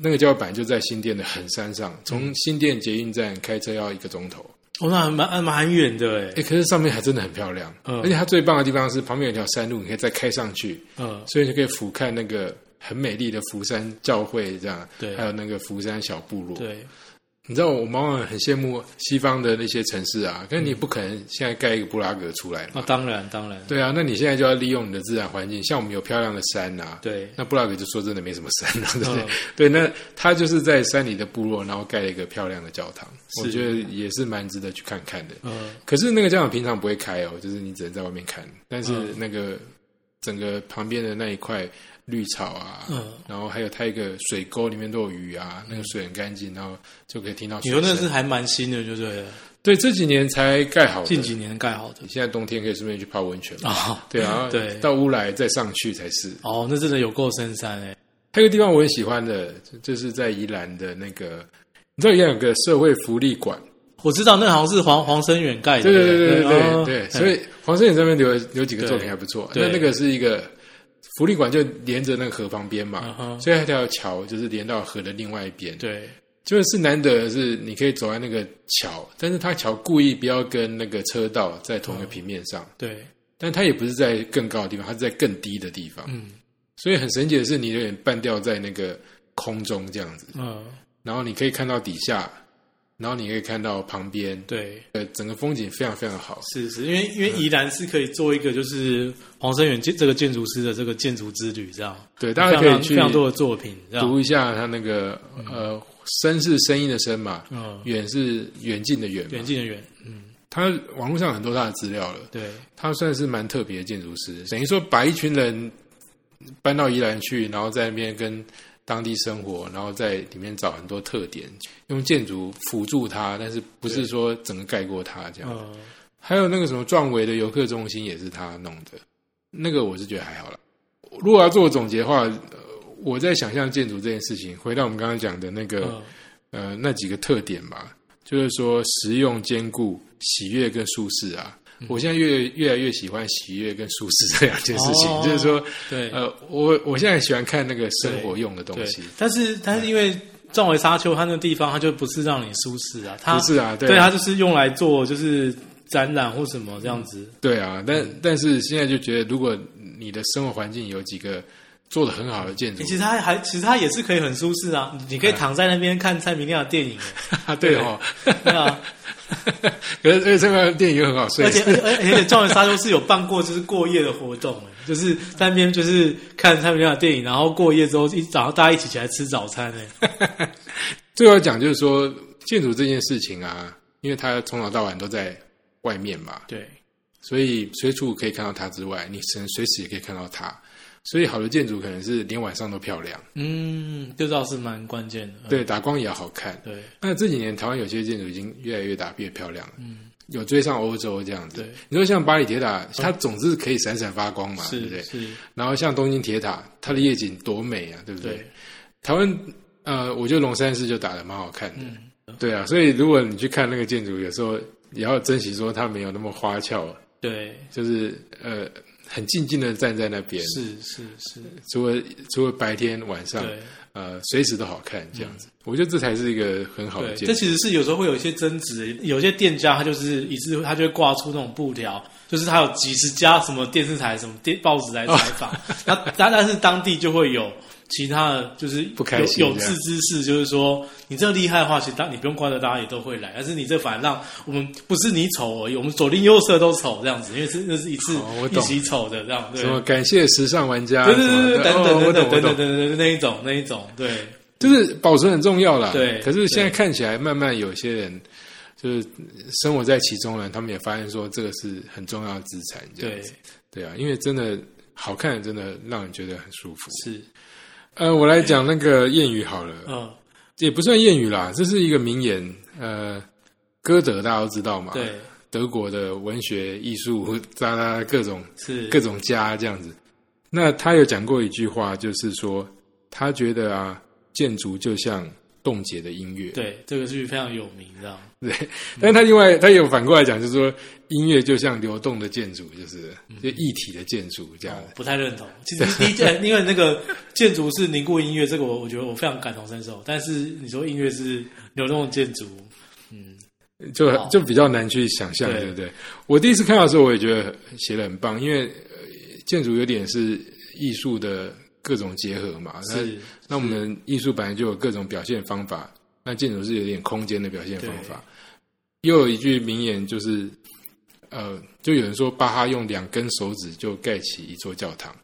[SPEAKER 1] 那个教会版就在新店的很山上，
[SPEAKER 2] 嗯
[SPEAKER 1] 从新店捷运站开车要一个钟头。
[SPEAKER 2] 哦，那还蛮还蛮远的
[SPEAKER 1] 哎、
[SPEAKER 2] 哎，
[SPEAKER 1] 可是上面还真的很漂亮，
[SPEAKER 2] 嗯
[SPEAKER 1] 而且它最棒的地方是旁边有一条山路，你可以再开上去，
[SPEAKER 2] 嗯，
[SPEAKER 1] 所以就可以俯瞰那个很美丽的福山教会，这样，
[SPEAKER 2] 对
[SPEAKER 1] 还有那个福山小部落。
[SPEAKER 2] 对，
[SPEAKER 1] 你知道，我往往很羡慕西方的那些城市啊，但你
[SPEAKER 2] 嗯
[SPEAKER 1] 不可能现在盖一个布拉格出来
[SPEAKER 2] 啊
[SPEAKER 1] 嘛。，
[SPEAKER 2] 当然当然，
[SPEAKER 1] 对啊，那你现在就要利用你的自然环境，像我们有漂亮的山啊，
[SPEAKER 2] 对
[SPEAKER 1] 那布拉格就说真的没什么山啊，对不对？
[SPEAKER 2] 嗯
[SPEAKER 1] 对，那他就是在山里的部落，然后盖了一个漂亮的教堂，我
[SPEAKER 2] 是
[SPEAKER 1] 觉得也是蛮值得去看看的。
[SPEAKER 2] 嗯，
[SPEAKER 1] 可是那个教堂平常不会开哦，就是你只能在外面看。但是
[SPEAKER 2] 嗯
[SPEAKER 1] 那个整个旁边的那一块绿草啊，
[SPEAKER 2] 嗯
[SPEAKER 1] 然后还有它一个水沟里面都有鱼啊，那个水很干净，然后就可以听到
[SPEAKER 2] 你
[SPEAKER 1] 水
[SPEAKER 2] 说
[SPEAKER 1] 声。
[SPEAKER 2] 那是还蛮新的，就对了，
[SPEAKER 1] 对这几年才盖好的，
[SPEAKER 2] 近几年盖好的
[SPEAKER 1] 你现在冬天可以顺便去泡温泉嘛？
[SPEAKER 2] 啊，
[SPEAKER 1] 对啊，
[SPEAKER 2] 对
[SPEAKER 1] 到乌来再上去才是。
[SPEAKER 2] 哦，那真的有够深山哎、
[SPEAKER 1] 还有一个地方我很喜欢的，就就是在宜兰的那个，你知道宜兰有个社会福利馆，
[SPEAKER 2] 我知道那好像是黄黄生远盖的，
[SPEAKER 1] 对对对
[SPEAKER 2] 对
[SPEAKER 1] 对对
[SPEAKER 2] 哦
[SPEAKER 1] 对，
[SPEAKER 2] 嗯
[SPEAKER 1] 所以黄圣远这边留有几个
[SPEAKER 2] 对
[SPEAKER 1] 作品还不错。
[SPEAKER 2] 对
[SPEAKER 1] 那那个是一个福利馆，就连着那个河旁边
[SPEAKER 2] 嗯
[SPEAKER 1] 嘛，
[SPEAKER 2] 哼
[SPEAKER 1] 所以那条桥就是连到河的另外一边。，
[SPEAKER 2] 对
[SPEAKER 1] 就是难得的是你可以走在那个桥，但是它桥故意不要跟那个车道在同一个平面上，
[SPEAKER 2] 对，
[SPEAKER 1] 但它也不是在更高的地方，它是在更低的地方。
[SPEAKER 2] 嗯
[SPEAKER 1] 所以很神奇的是，你有点半吊在那个空中这样子，
[SPEAKER 2] 嗯
[SPEAKER 1] 然后你可以看到底下，然后你可以看到旁边，
[SPEAKER 2] 对，
[SPEAKER 1] 呃，整个风景非常非常好。
[SPEAKER 2] 是是，因为因为宜兰是可以做一个就是黄生远建这个建筑师的这个建筑之旅，这样
[SPEAKER 1] 对，大
[SPEAKER 2] 非
[SPEAKER 1] 家
[SPEAKER 2] 常
[SPEAKER 1] 可以去
[SPEAKER 2] 非常多的作品，这样
[SPEAKER 1] 读一下他那个呃，声是声音的声嘛，
[SPEAKER 2] 嗯，
[SPEAKER 1] 远是远近的远嘛。
[SPEAKER 2] 远近的远，嗯，
[SPEAKER 1] 他网络上很多他的资料了，
[SPEAKER 2] 对
[SPEAKER 1] 他算是蛮特别的建筑师，等于说把一群人搬到宜兰去，然后在那边跟当地生活，然后在里面找很多特点，用建筑辅助他，但是不是说整个盖过他这样。
[SPEAKER 2] 嗯
[SPEAKER 1] 还有那个什么壮维的游客中心也是他弄的，那个我是觉得还好啦。如果要做总结的话，呃我在想象建筑这件事情，回到我们刚刚讲的那个、
[SPEAKER 2] 嗯
[SPEAKER 1] 呃那几个特点吧，就是说实用、兼顾、喜悦跟舒适啊。
[SPEAKER 2] 嗯
[SPEAKER 1] 我现在越越来越喜欢喜悦跟舒适这两件事情，
[SPEAKER 2] 哦
[SPEAKER 1] 就是说，
[SPEAKER 2] 对
[SPEAKER 1] 呃，我我现在喜欢看那个生活用的东
[SPEAKER 2] 对
[SPEAKER 1] 西，，
[SPEAKER 2] 但是但是因为壮维沙丘它那个地方，它就不是让你舒适啊，它
[SPEAKER 1] 不是啊，对
[SPEAKER 2] 对它
[SPEAKER 1] 啊，
[SPEAKER 2] 就是用来做就是展览或什么这样子，
[SPEAKER 1] 对啊，但
[SPEAKER 2] 嗯
[SPEAKER 1] 但是现在就觉得，如果你的生活环境有几个做的很好的建筑
[SPEAKER 2] (laughs) 欸，其实它还其实它也是可以很舒适啊，你你
[SPEAKER 1] 哎
[SPEAKER 2] 可以躺在那边看蔡明亮的
[SPEAKER 1] (laughs)
[SPEAKER 2] 电影，
[SPEAKER 1] 啊，对哦，
[SPEAKER 2] 对啊，
[SPEAKER 1] 可是这个电影又很好睡，
[SPEAKER 2] 而且而且而且而且状元沙丘是有办过就是过夜的活动，就是在那边就是看蔡明亮的电影，然后过夜之后一早上大家一起起来吃早餐哎，
[SPEAKER 1] 最后要讲就是说，建筑这件事情啊，因为它从早到晚都在外面嘛，
[SPEAKER 2] 对，
[SPEAKER 1] 所以随处可以看到它之外，你随随时也可以看到它。所以好的建筑可能是连晚上都漂亮，
[SPEAKER 2] (laughs) 嗯，这倒是蛮关键的，嗯
[SPEAKER 1] 对，打光也要好看。
[SPEAKER 2] 对
[SPEAKER 1] 那这几年台湾有些建筑已经越来越打越漂亮了，嗯，有追上欧洲这样子
[SPEAKER 2] 对。哦
[SPEAKER 1] 你说像巴黎铁塔，它总是可以闪闪发光嘛，对不
[SPEAKER 2] 是
[SPEAKER 1] 对？
[SPEAKER 2] 是，
[SPEAKER 1] 然后像东京铁塔，它的夜景多美啊，对不
[SPEAKER 2] 对。
[SPEAKER 1] 台湾呃，我觉得龙山寺就打得蛮好看的，
[SPEAKER 2] 嗯
[SPEAKER 1] 对啊，所以如果你去看那个建筑，有时候也要珍惜说它没有那么花俏，
[SPEAKER 2] 对，
[SPEAKER 1] 就是呃很静静的站在那边，
[SPEAKER 2] 是是是，
[SPEAKER 1] 除了除了白天晚上，
[SPEAKER 2] 对嗯
[SPEAKER 1] 呃随时都好看这样子，我觉得这才是一个很好的
[SPEAKER 2] 对，
[SPEAKER 1] 建
[SPEAKER 2] 这
[SPEAKER 1] 筑，
[SPEAKER 2] 其实是有时候会有一些争执，有些店家他就是一致，他就会挂出那种布条，就是他有几十家什么电视台、什么电报纸来采访，那但但是当地就会有。其他的就是
[SPEAKER 1] 不开心
[SPEAKER 2] 有有
[SPEAKER 1] 这
[SPEAKER 2] 志
[SPEAKER 1] 样
[SPEAKER 2] 之士，就是说你这厉害的话，其实当你不用挂着，大家也都会来。但是你这反而让我们不是你丑而已，我们左邻右舍都丑这样子，因为是那是一次、
[SPEAKER 1] 哦我
[SPEAKER 2] 一
[SPEAKER 1] 懂
[SPEAKER 2] 起丑的这样，对
[SPEAKER 1] 什么感谢时尚玩家，
[SPEAKER 2] 对对
[SPEAKER 1] 什么
[SPEAKER 2] 对对，
[SPEAKER 1] 的
[SPEAKER 2] 等
[SPEAKER 1] 哦
[SPEAKER 2] 等
[SPEAKER 1] 我
[SPEAKER 2] 等
[SPEAKER 1] 懂
[SPEAKER 2] 等
[SPEAKER 1] 我
[SPEAKER 2] 等
[SPEAKER 1] 懂
[SPEAKER 2] 等，等那一种那一种，对
[SPEAKER 1] 就是保存很重要啦。
[SPEAKER 2] 对
[SPEAKER 1] 可是现在看起来，慢慢有些人就是生活在其中了，他们也发现说这个是很重要的资产。这样
[SPEAKER 2] 对
[SPEAKER 1] 子，对啊，因为真的好看，真的让人觉得很舒服。
[SPEAKER 2] 是
[SPEAKER 1] 呃，我来讲那个谚语好了，
[SPEAKER 2] 嗯
[SPEAKER 1] 也不算谚语啦，这是一个名言。呃，歌德大家都知道嘛，
[SPEAKER 2] 对，
[SPEAKER 1] 德国的文学、艺术、哒哒各种
[SPEAKER 2] 是
[SPEAKER 1] 各种家这样子。那他有讲过一句话，就是说他觉得啊，建筑就像冻结的音乐，
[SPEAKER 2] 对，这个剧非常有名，这样
[SPEAKER 1] 对。但他另外他也有反过来讲，就是说音乐就像流动的建筑，就是就一体的建筑这样
[SPEAKER 2] 哦
[SPEAKER 1] 子。
[SPEAKER 2] 不太认同。其实第一
[SPEAKER 1] (laughs)
[SPEAKER 2] 件，因为那个建筑是凝固音乐，这个我我觉得我非常感同身受。但是你说音乐是流动的建筑，
[SPEAKER 1] 就
[SPEAKER 2] 哦
[SPEAKER 1] 就比较难去想象，
[SPEAKER 2] 对
[SPEAKER 1] 对不对？我第一次看到的时候，我也觉得写的很棒，因为呃建筑有点是艺术的各种结合嘛。那
[SPEAKER 2] 是
[SPEAKER 1] 那我们艺术本来就有各种表现方法，那建筑是有点空间的表现方法。又有一句名言就是，呃，就有人说巴哈用两根手指就盖起一座教堂，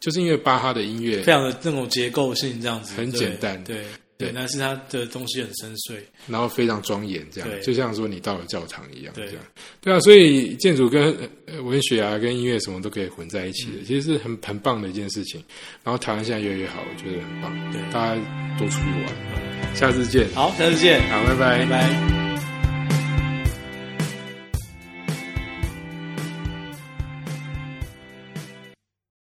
[SPEAKER 1] 就是因为巴哈的音乐
[SPEAKER 2] 非常的那种结构性这样子，
[SPEAKER 1] 很
[SPEAKER 2] 对
[SPEAKER 1] 简单
[SPEAKER 2] 对
[SPEAKER 1] 对
[SPEAKER 2] 对，但是它的东西很深邃，
[SPEAKER 1] 然后非常庄严，这样
[SPEAKER 2] 对
[SPEAKER 1] 就像说你到了教堂一样，这
[SPEAKER 2] 对
[SPEAKER 1] 样对啊，所以建筑跟呃文学啊、跟音乐什么都可以混在一起
[SPEAKER 2] 嗯
[SPEAKER 1] 的，其实是很很棒的一件事情。然后台湾现在越来越好，我觉得很棒，
[SPEAKER 2] 对嗯
[SPEAKER 1] 大家多出去玩，下次见，
[SPEAKER 2] 好，下次见，
[SPEAKER 1] 好，拜拜
[SPEAKER 2] 拜拜